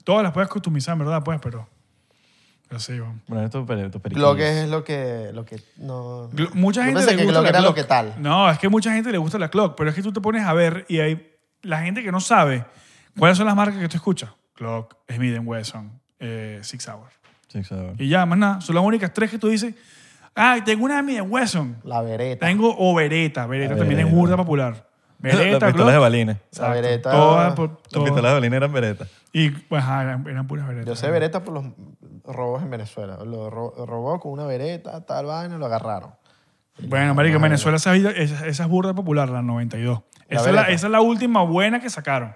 Todas las puedes customizar, en verdad, pues, pero... Pero sí, bueno.
Bueno, esto es tu
Glock es lo que... Lo que no...
Glo- Mucha
Yo
gente
pensé
le
que
gusta
Glock
la
era lo
Glock.
que tal.
No, es que mucha gente le gusta la Glock, pero es que tú te pones a ver y hay la gente que no sabe cuáles son las marcas que tú escuchas. Glock, Smith Wesson, eh, Six Hour. Y ya, más nada, son las únicas tres que tú dices, ah, tengo una Smith Wesson,
La vereta.
tengo o Beretta, Beretta
La
también es
Beretta.
burda popular.
Las
Beretta,
pistolas de
Glock,
balines.
La Beretta-
todas por-
Las
todas.
pistolas de balines eran veretas.
Y pues, ajá, eran, eran puras Beretta.
Yo sé vereta por los robos en Venezuela. Lo ro- robó con una vereta, tal vaina, lo agarraron.
Bueno, marico, en Venezuela esa, vida- esa, esa es burda popular, la 92.
La
esa, es la,
Beretta.
esa es la última buena que sacaron.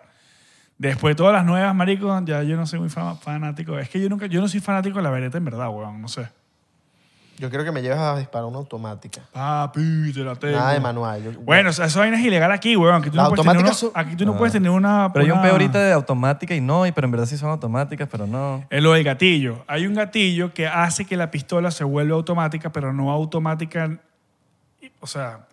Después de todas las nuevas, marico, ya yo no soy muy fa- fanático. Es que yo nunca, yo no soy fanático de la vereta en verdad, weón. No sé.
Yo quiero que me lleves a disparar una automática.
Papi, te la tengo.
Nada de manual. Yo-
Bueno, o sea, eso vaina es ilegal aquí, weón. Aquí tú,
Las
no puedes, tener
automáticas
una-
son-
aquí tú no puedes tener una...
Ah. Pero hay un
una-
peo ahorita de automática y no, y- pero en verdad sí son automáticas, pero no.
Es lo del gatillo. Hay un gatillo que hace que la pistola se vuelva automática, pero no automática. O sea,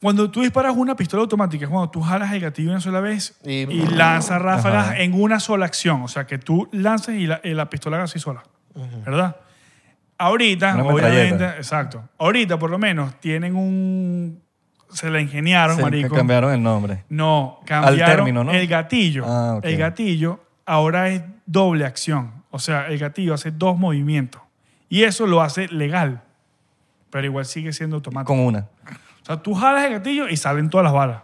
cuando tú disparas una pistola automática, es cuando tú jalas el gatillo una sola vez y,
Y-
lanzas ráfagas
Ajá.
en una sola acción. O sea, que tú lanzas y la, y la pistola haga así sola. ¿Verdad? Ahorita,
Una
obviamente,
metralleta.
exacto. Ahorita, por lo menos, tienen un. Se la ingeniaron,
Se
marico.
cambiaron el nombre.
No, cambiaron
término, ¿no?
el gatillo.
Ah, ok.
El gatillo ahora es doble acción. O sea, el gatillo hace dos movimientos. Y eso lo hace legal. Pero igual sigue siendo automático.
Con una.
O sea, tú jalas el gatillo y salen todas las balas.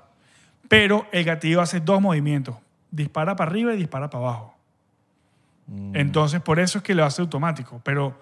Pero el gatillo hace dos movimientos. Dispara para arriba y dispara para abajo.
Mm.
Entonces, por eso es que lo hace automático. Pero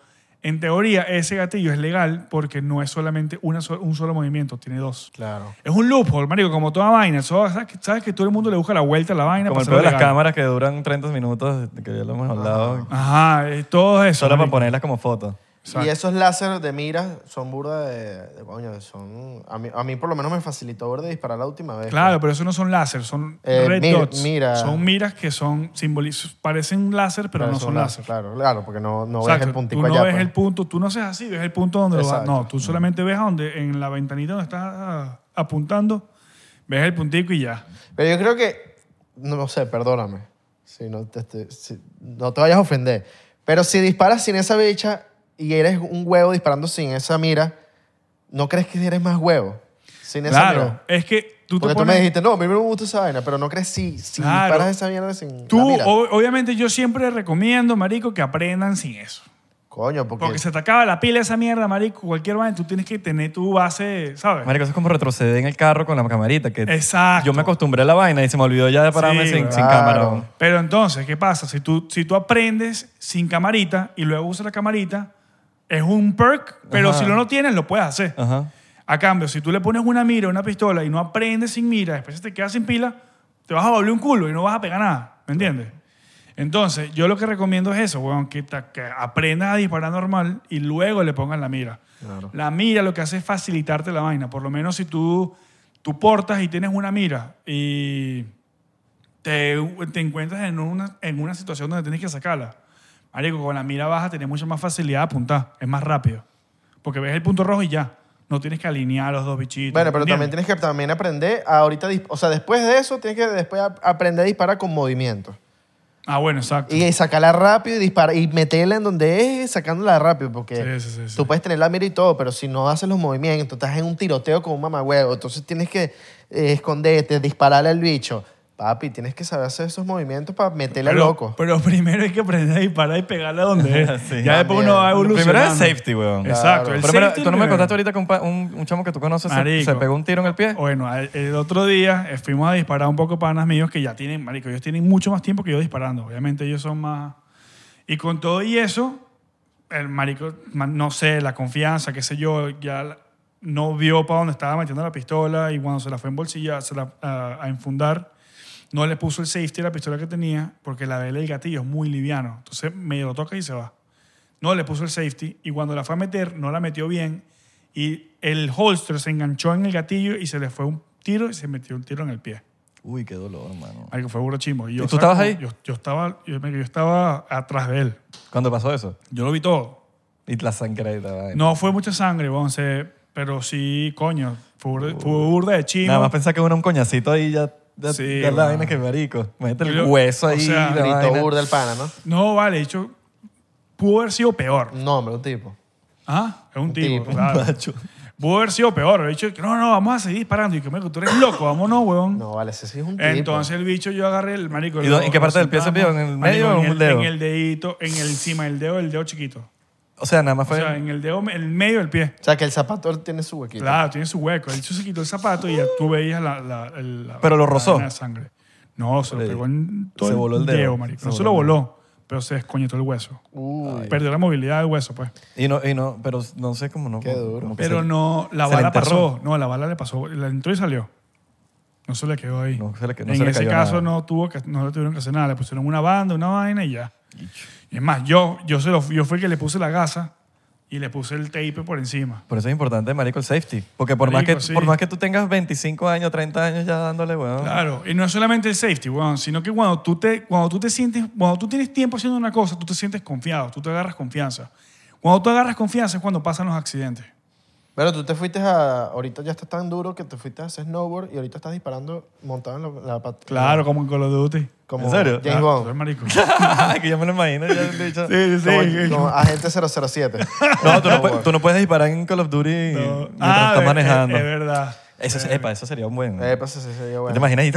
en teoría, ese gatillo es legal porque no es solamente una so- un solo movimiento, tiene dos.
Claro.
Es un loophole, marico, como toda vaina. Eso, ¿sabes, que, sabes que todo el mundo le busca la vuelta a la vaina.
Como
para
el peo de
hacerlo
las
legal. Ah,
cámaras que duran 30 minutos, que ya lo hemos hablado.
Ajá, eh, todo eso.
Solo para
marico.
ponerlas como fotos.
Exacto.
Y esos láseres de mira son burda de, de coño, son... A mí, a mí por lo menos me facilitó burda de disparar la última vez.
Claro, pero eso no son láser, son
Eh,
red
mi-
dots.
mira.
Son miras que son simbolizan, parecen un láser, pero, no
eso
son
la-
láser.
Claro, claro, porque no, no ves
Exacto,
el puntico
tú no
allá.
ves
pues.
el punto, tú no haces así, ves el punto donde lo vas.
Exacto.
No, tú solamente ves a donde, en la ventanita donde estás ah, apuntando, ves el puntico y ya.
Pero yo creo que, no sé, perdóname, si no te, estoy- si- no te vayas a ofender, pero si disparas sin esa bicha y eres un huevo disparando sin esa mira, ¿no crees que eres más huevo? Sin esa
Claro,
mira.
es que tú
Porque
te
tú me
pones...
dijiste, no, a mí me gusta esa vaina, pero no crees si, si
Claro.
disparas esa mierda sin
Tú,
la "Ah, mira.
ob- obviamente, yo siempre recomiendo, marico, que aprendan sin eso.
Coño, porque...
Porque se te acaba la pila esa mierda, marico. Cualquier vaina, tú tienes que tener tu base, ¿sabes?
Marico, eso es como retroceder en el carro con la camarita. Que
Exacto.
Yo me acostumbré a la vaina y se me olvidó ya de pararme
Sí,
sin, sin
claro.
cámara.
Pero entonces, ¿qué pasa? Si tú, si tú aprendes sin camarita y luego usas la camarita, es un perk, pero
Ajá.
si lo no tienes, lo puedes hacer.
Ajá.
A cambio, si tú le pones una mira a una pistola y no aprendes sin mira, después te quedas sin pila, te vas a volver un culo y no vas a pegar nada. ¿Me entiendes? Entonces, yo lo que recomiendo es eso, weón, que, ta- que aprendas a disparar normal y luego le pongas la mira. La mira lo que hace es facilitarte la vaina. Por lo menos si tú, tú portas y tienes una mira y te, te encuentras en una, en una situación donde tienes que sacarla. Marico, con la mira baja tienes mucha más facilidad de apuntar. Es más rápido. Porque ves el punto rojo y ya. No tienes que alinear los dos bichitos.
Bueno, pero
¿entiendes?
también tienes que también aprender a ahorita, dis- o sea, después de eso tienes que después a- aprender a disparar con movimiento.
Ah, bueno, exacto.
Y sacarla rápido y disparar y meterla en donde es sacándola rápido porque
Sí, sí, sí, sí.
tú puedes tener la mira y todo, pero si no haces los movimientos, estás en un tiroteo con un mamagüevo, entonces tienes que eh, esconderte, dispararle al bicho. Papi, tienes que saber hacer esos movimientos para meterle al
Pero-
loco.
Pero primero hay que aprender a disparar y pegarle a donde es.
Sí.
ya después uno va
Lo
evolucionando.
primero es safety, weón.
Exacto. el
Pero, mira,
safety
tú no me
primero.
contaste ahorita que un, pa- un, un chamo que tú conoces se,
Marico.
se pegó un tiro en el pie.
Bueno, al- el otro día eh, fuimos a disparar un poco panas míos que ya tienen, marico, ellos tienen mucho más tiempo que yo disparando. Obviamente ellos son más... Y con todo y eso, el marico, ma- no sé, la confianza, qué sé yo, ya la- no vio para dónde estaba metiendo la pistola y cuando se la fue en bolsilla se la, a, a enfundar, no le puso el safety a la pistola que tenía porque la vela del gatillo es muy liviano. Entonces medio lo toca y se va. No le puso el safety y cuando la fue a meter no la metió bien y el holster se enganchó en el gatillo y se le fue un tiro y se metió un tiro en el pie.
Uy, qué dolor, mano.
Algo fue burro chimbo.
¿Y tú estabas
saco-
ahí?
Yo, yo estaba, yo, me- yo estaba atrás de él.
¿Cuándo pasó eso?
Yo lo vi todo.
Y la sangre y la vaina.
No fue mucha sangre, weón, se- pero sí, coño, fue burda, fue burda de chimbo.
Nada más pensar que uno un coñacito ahí ya. ya-
Sí,
ya la
weón.
vaina que marico. Imagínate
Yo-
el hueso
o
ahí.
sea,
la
Grito
Grito
vaina.
burda el pana, ¿no?
No, vale, de hecho, pudo haber sido peor.
Un hombre, un tipo.
Ah, es un,
Un
tipo,
tipo,
claro.
Macho.
Pudo haber sido peor. De hecho, no, no, vamos a seguir disparando. Y que, marico, tú eres loco, vámonos, weón.
No, vale, ese sí es un tipo.
Entonces el bicho yo agarré el marico.
pues. ¿Y
lo-
dónde- en qué parte del pie se
sentamos,
vio? ¿En el
marico,
medio o en
el
el dedo?
En el dedito, en el encima del dedo, el dedo chiquito.
O sea, nada más
O
fue.
sea, en el dedo, en el medio del pie.
O sea, que el zapato tiene su huequito.
Claro, tiene su hueco. El bicho se quitó el zapato y ya tú veías la, la- el- la-
Pero lo
la
rozó.
vaina de sangre. No, se lo
Le-
pegó en todo
se voló el dedo.
marico.
Se
No se lo
voló el
voló, pero se descoñetó el hueso.
Uy,
Perdió la movilidad del hueso, pues.
Y no, y no, pero no sé cómo no.
Qué duro.
como que
Pero
se-
no, la
se le
bala
enterró.
pasó. No, la bala le pasó. La entró y salió. No se le quedó ahí.
No se le que- no
en
se le
ese
cayó
caso
nada.
no tuvo que, no le tuvieron que hacer nada. Le pusieron una banda, una vaina y ya. Y es más, yo, yo, se lo, yo fui el que le puse la gasa y le puse el tape por encima.
Por eso es importante, marico, el safety. Porque por, más,
Marico,
que,
sí.
por más que tú tengas 25 años, 30 años ya dándole, weón.
Claro, y no es solamente el safety, weón, sino que cuando tú, te, cuando tú te sientes, cuando tú tienes tiempo haciendo una cosa, tú te sientes confiado, tú te agarras confianza. Cuando tú agarras confianza es cuando pasan los accidentes.
Pero tú te fuiste a. Ahorita ya estás tan duro que te fuiste a hacer snowboard y ahorita estás disparando montado en la, la pat-
Claro, como en Call of Duty.
Como
¿En serio?
James Bond.
Claro, tú eres marico.
que yo me lo imagino. ya el bicho.
Sí, sí,
Como,
sí.
como agente 007.
No, tú no, puedes, tú no puedes disparar en Call of Duty
No.
mientras
Ah,
estás
es-
manejando.
Es, verdad.
eso, es- epa, eso sería un buen.
Eh, pues, sí, sí, sí, yo,
¿Te
bueno.
imaginas? ahí?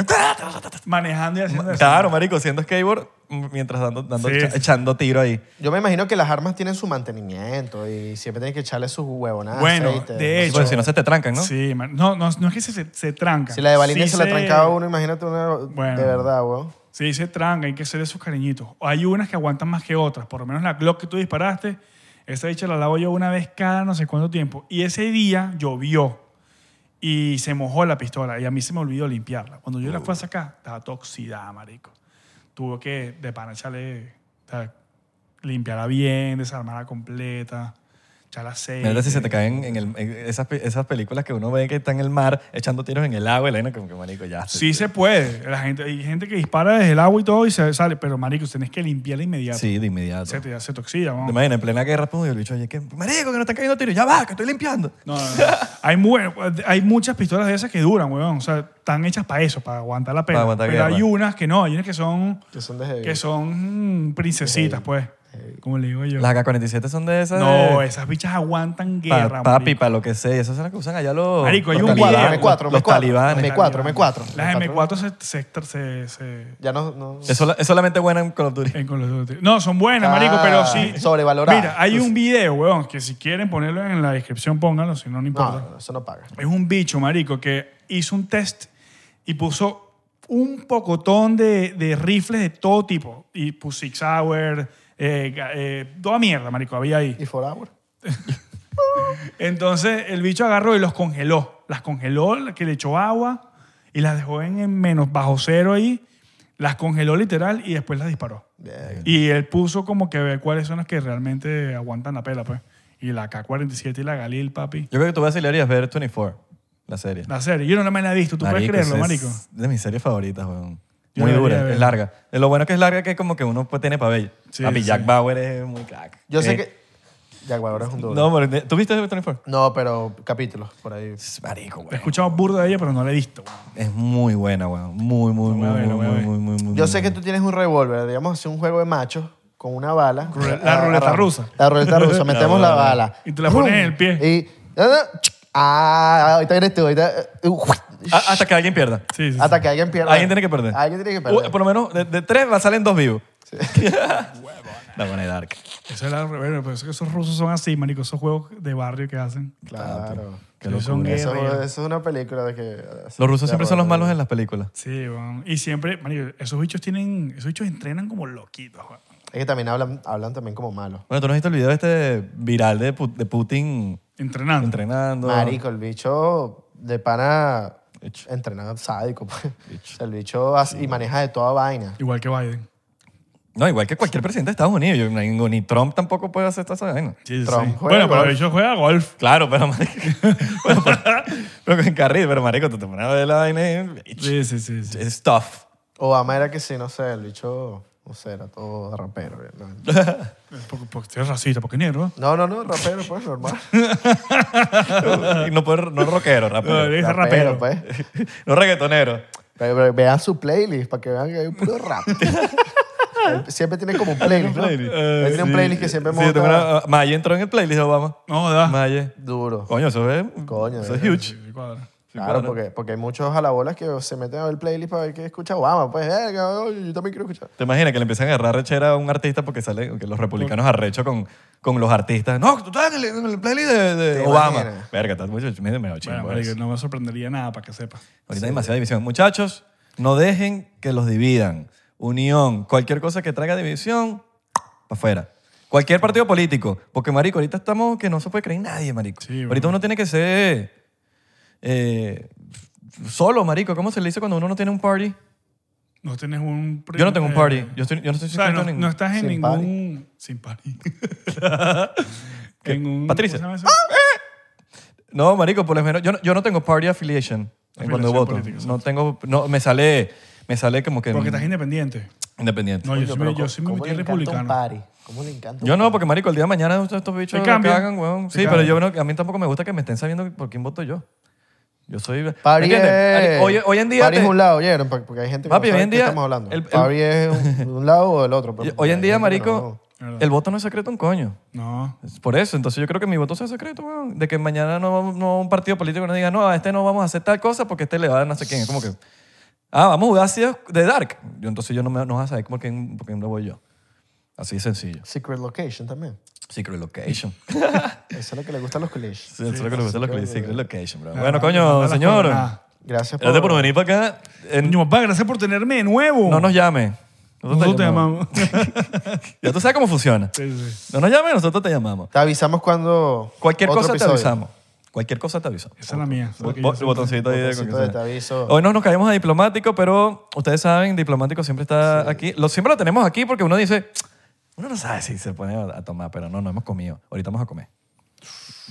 Manejando y haciendo eso.
Claro, marico, haciendo skateboard mientras dando, dando-
Sí,
echa-
sí.
echando tiro ahí.
Yo me imagino que las armas tienen su mantenimiento y siempre tienen que echarle sus huevonadas.
Bueno,
aceite, no
de
sé.
hecho-
Porque pues, si no se te trancan, ¿no?
Sí, man- no, no, no es que se, se, se tranca.
Si la de Valinia
Sí
se la
se-
trancaba a uno, imagínate una
Bueno.
de verdad, weón.
Sí, se tranca, hay que hacerle sus cariñitos. Hay unas que aguantan más que otras. Por lo menos la Glock que tú disparaste, esa dicha la lavo yo una vez cada no sé cuánto tiempo. Y ese día llovió y se mojó la pistola y a mí se me olvidó limpiarla. Cuando yo la fui a sacar, estaba toxidada, marico. Tuve que de pana echarle, o sea, limpiarla bien, desarmarla completa, echarla aceite.
Mira si se te caen en el- en esas, pe- esas películas que uno ve que está en el mar echando tiros en el agua, y la vaina como que marico, ya.
Sí se puede. La gente, hay gente que dispara desde el agua y todo y se sale, pero marico, tenés que limpiarla inmediato.
Sí, de inmediato.
Se te se toxida, vamos.
¿Te imaginas? En plena guerra, pum, y el bicho, oye, que marico, que no están cayendo tiros. Ya va, que estoy limpiando.
No, no, no. hay, mu- hay muchas pistolas de esas que duran, weón. O sea, están hechas para eso, para aguantar la pena.
Para aguantar
Pero
guerra.
hay unas que no, hay unas que son,
Que son de heavy.
que son mm, princesitas, pues. Como le digo yo.
Las AK-47 son de esas.
No,
de-
esas bichas aguantan
pa-
guerra,
papi,
marico.
para lo que sea. Esas son las que usan allá los.
Marico, hay
los
un video.
talibanes,
M4,
los
M4,
talibanes.
M4. M4.
Las
M4.
M4 se... se, se, se-
Ya no. no-
Es, sola- es solamente buena en Call of Duty.
en Call of Duty. no, son buenas,
Ah,
marico, pero sí.
sobrevaloradas.
Mira, hay un video, weón, que si quieren ponerlo en la descripción, pónganlo, si no, no importa.
no, eso no paga.
Es un bicho, marico, que hizo un test y puso un pocotón de, de rifles de todo tipo. Y puso Six Hour, eh, ga- eh, toda mierda, marico, había ahí.
Y for hour.
Entonces el bicho agarró y los congeló. Las congeló, la que le echó agua y las dejó en, en menos bajo cero ahí. Las congeló literal y después las disparó.
Bien.
Y él puso como que ver cuáles son las que realmente aguantan la pela, pues. Y la K-47 y la Galil, papi.
Yo creo que tú vas a deberías ver 24, la serie.
La serie. Yo no me la he visto. ¿Tú puedes creerlo,
esa
marico?
es de mis series favoritas, weón.
Yo
Muy
la debería
dura,
ver.
es larga. Lo bueno que es larga que como que uno pues, tiene para ver.
Sí,
Papi,
sí.
Jack Bauer es muy crack.
Yo sé
Eh,
que. Jaguar ahora es un duro.
No, pero, ¿tú viste 24?
No, pero capítulos por ahí.
Es Marico, weón.
He escuchado burda de ella, pero no la he visto. weón.
Es muy buena, weón. Muy, muy,
voy
muy,
a ver,
muy,
lo voy a
muy,
ver.
muy, muy, muy,
Yo sé
muy
que tú tienes un revólver, digamos así, un juego de machos con una bala.
Rule- la
Ah,
ruleta
agarramos.
rusa.
La ruleta rusa, metemos la bala.
Y te la pones en el pie.
Y. Ah, ahorita eres tú, ahorita. uh,
buena. Ah, Hasta que alguien pierda.
Sí, sí, sí.
Hasta que alguien pierda.
Alguien tiene que perder.
Alguien tiene que perder.
Uh, por lo menos de, de tres va- salen dos vivos. La buena de Dark.
Eso es la- bueno, pero es que esos rusos son así, marico. Esos juegos de barrio que hacen.
Claro.
Qué
Sí, son
locura.
gays.
Eso,
Guerrilla.
eso es una película de que.
Los rusos siempre son los malos
en
en las películas.
Sí, weón. Y siempre, marico, esos bichos tienen... Esos bichos entrenan como loquitos, weón.
Es que también hablan, hablan también como malos.
Bueno, tú no has visto el video este viral de, Pu- de Putin
Entrenando.
entrenando.
Ah. Marico, el bicho de pana
Bicho.
entrenado sádico. pues. O sea, el bicho hace- y maneja de toda vaina.
Igual que Biden.
No, igual que cualquier presidente de Estados Unidos. Yo, no- ni Trump tampoco puede hacer esta vaina.
Sí, sí,
Trump
sí.
juega
Bueno, pero
golf.
ellos juegan golf.
Claro, pero marico. bueno, pero, pero en carril, pero marico, tú te pones a ver la vaina y-
Sí, sí, sí. sí.
Es tough.
Obama era que sí, no sé, el bicho, no sé, era todo rapero. ¿no?
Porque, porque eres racista, porque es negro.
No, no, no, rapero, pues, normal.
y no, puede- no rockero, rapero.
Es rapero.
pues.
no reggaetonero.
Pero, pero vean su playlist para que vean que hay un puro rap. siempre tiene como un playlist, ¿no?
playlist.
Él tiene
Eh,
un playlist que siempre
Sí, yo
monta
tengo una- ah, Maye entró en el playlist de Obama.
No, da.
Maye.
duro.
Coño, eso es.
Coño,
Eso es
eh.
huge.
Sí, cuadra.
Claro, porque, porque hay muchos jalabolas que se meten a ver el playlist para ver qué escucha Obama. Pues, eh, cabrón, yo también quiero escuchar.
¿Te imaginas que le empiezan a agarrar rechera a un artista porque sale que los republicanos arrecho con, con los artistas? No, tú estás en el, en el playlist de, de
¿Te
Obama.
imaginas?
Verga, estás mucho medio medio
Bueno,
chimbo eh.
marico,
eso.
no me sorprendería nada para que sepas.
Ahorita hay demasiada división. Muchachos, no dejen que los dividan. Unión, cualquier cosa que traiga división, para afuera. Cualquier partido político. Porque, marico, ahorita estamos que no se puede creer en nadie, marico.
Sí,
ahorita uno tiene que ser... eh, Solo, marico. ¿Cómo se le dice cuando uno no tiene un party?
No tienes un...
Yo no tengo un
eh,
party. Yo, estoy- yo no estoy
O sea,
suscrito
no,
a ningún-
no estás en
Sin party.
ningún... Sin party.
¿Qué?
En un-
Patricia.
¿cómo se llama eso?
No, marico, por lo menos yo no, yo no tengo party affiliation en cuando
Afiliación
voto.
política,
no tengo, no, me sale, me sale como que
Porque estás independiente.
independiente.
No, yo, sí me-
pero
yo sí me
¿cómo
metí
le encanta un
republicano.
party? ¿Cómo le encanta un
Yo no,
party?
porque marico, el día de mañana estos- estos bichos
Te
lo
cambian.
cagan, weón.
Te
Sí, pero
cambian.
yo no- a mí tampoco me gusta que me estén sabiendo por quién voto yo. Yo soy... ¿me
Party
entiendes?
es...
Marico, Hoy, hoy en día...
Party
te-
es un lado, oyeron, Pa- porque hay gente que
Papi,
no
hoy
sabe
en
de qué
día,
estamos hablando.
el- el-
Party es un- de un lado o del otro. pero-
hoy en
hay
día,
gente que
marico,
no.
el voto no es secreto un coño.
No.
Es Por eso, entonces yo creo que mi voto sea secreto, weón. De que mañana no, no un partido político no diga, no, a este no vamos a hacer tal cosa porque este le va a dar no sé quién. Es como que, ah, vamos a jugar así de- de Dark. Yo, entonces yo no, me, no vas a saber por quién, por quién lo voy yo. Así de sencillo.
no. Secret Location también.
Secret Location. sí,
Eso es lo que le gusta a los colegios.
eso es lo que le gusta a los clientes, Secret Location, bro. Bueno,
Ah,
coño,
ah, las
señor.
coordenadas.
Gracias por...
Gracias
Oh.
por venir para acá. Eh,
Coño, papá, gracias por tenerme de nuevo.
no nos llame. Nosotros,
Nosotros te
llamamos.
llamamos.
Ya tú sabes cómo funciona.
Sí, sí.
No nos llame, nosotros te llamamos.
Te avisamos cuando...
Cualquier
otro
cosa
episodio.
te avisamos. Cualquier cosa te avisamos.
Esa es la mía.
Bo-
Porque
bo-
yo soy-
botoncito ahí de
Botoncito
con que
de te aviso.
Hoy no nos caemos a diplomático, pero ustedes saben, diplomático siempre está aquí. Lo, siempre lo tenemos aquí porque uno dice, uno no sabe si se pone a, a tomar, pero no, no hemos comido. Ahorita vamos a comer.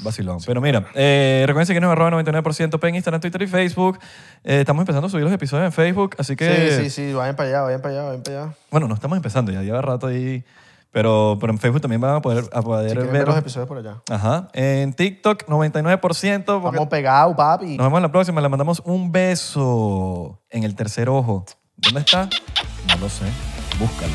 Vacilón. Pero mira, eh, recuerden seguirnos en arroba 99% en Instagram, Twitter y Facebook. Eh, estamos empezando a subir los episodios en Facebook, así que...
Sí, sí, sí, vayan para allá, vayan para allá, vayan para allá.
Bueno, no estamos empezando, ya lleva rato ahí. Pero, pero en Facebook también van a poder, a poder
Si quieren
ver,
ver los episodios por allá.
Ajá. En TikTok, 99%. porque-
Estamos pegados, papi.
nos vemos en la próxima. Le mandamos un beso en el tercer ojo. ¿Dónde está? No lo sé. Búscalo.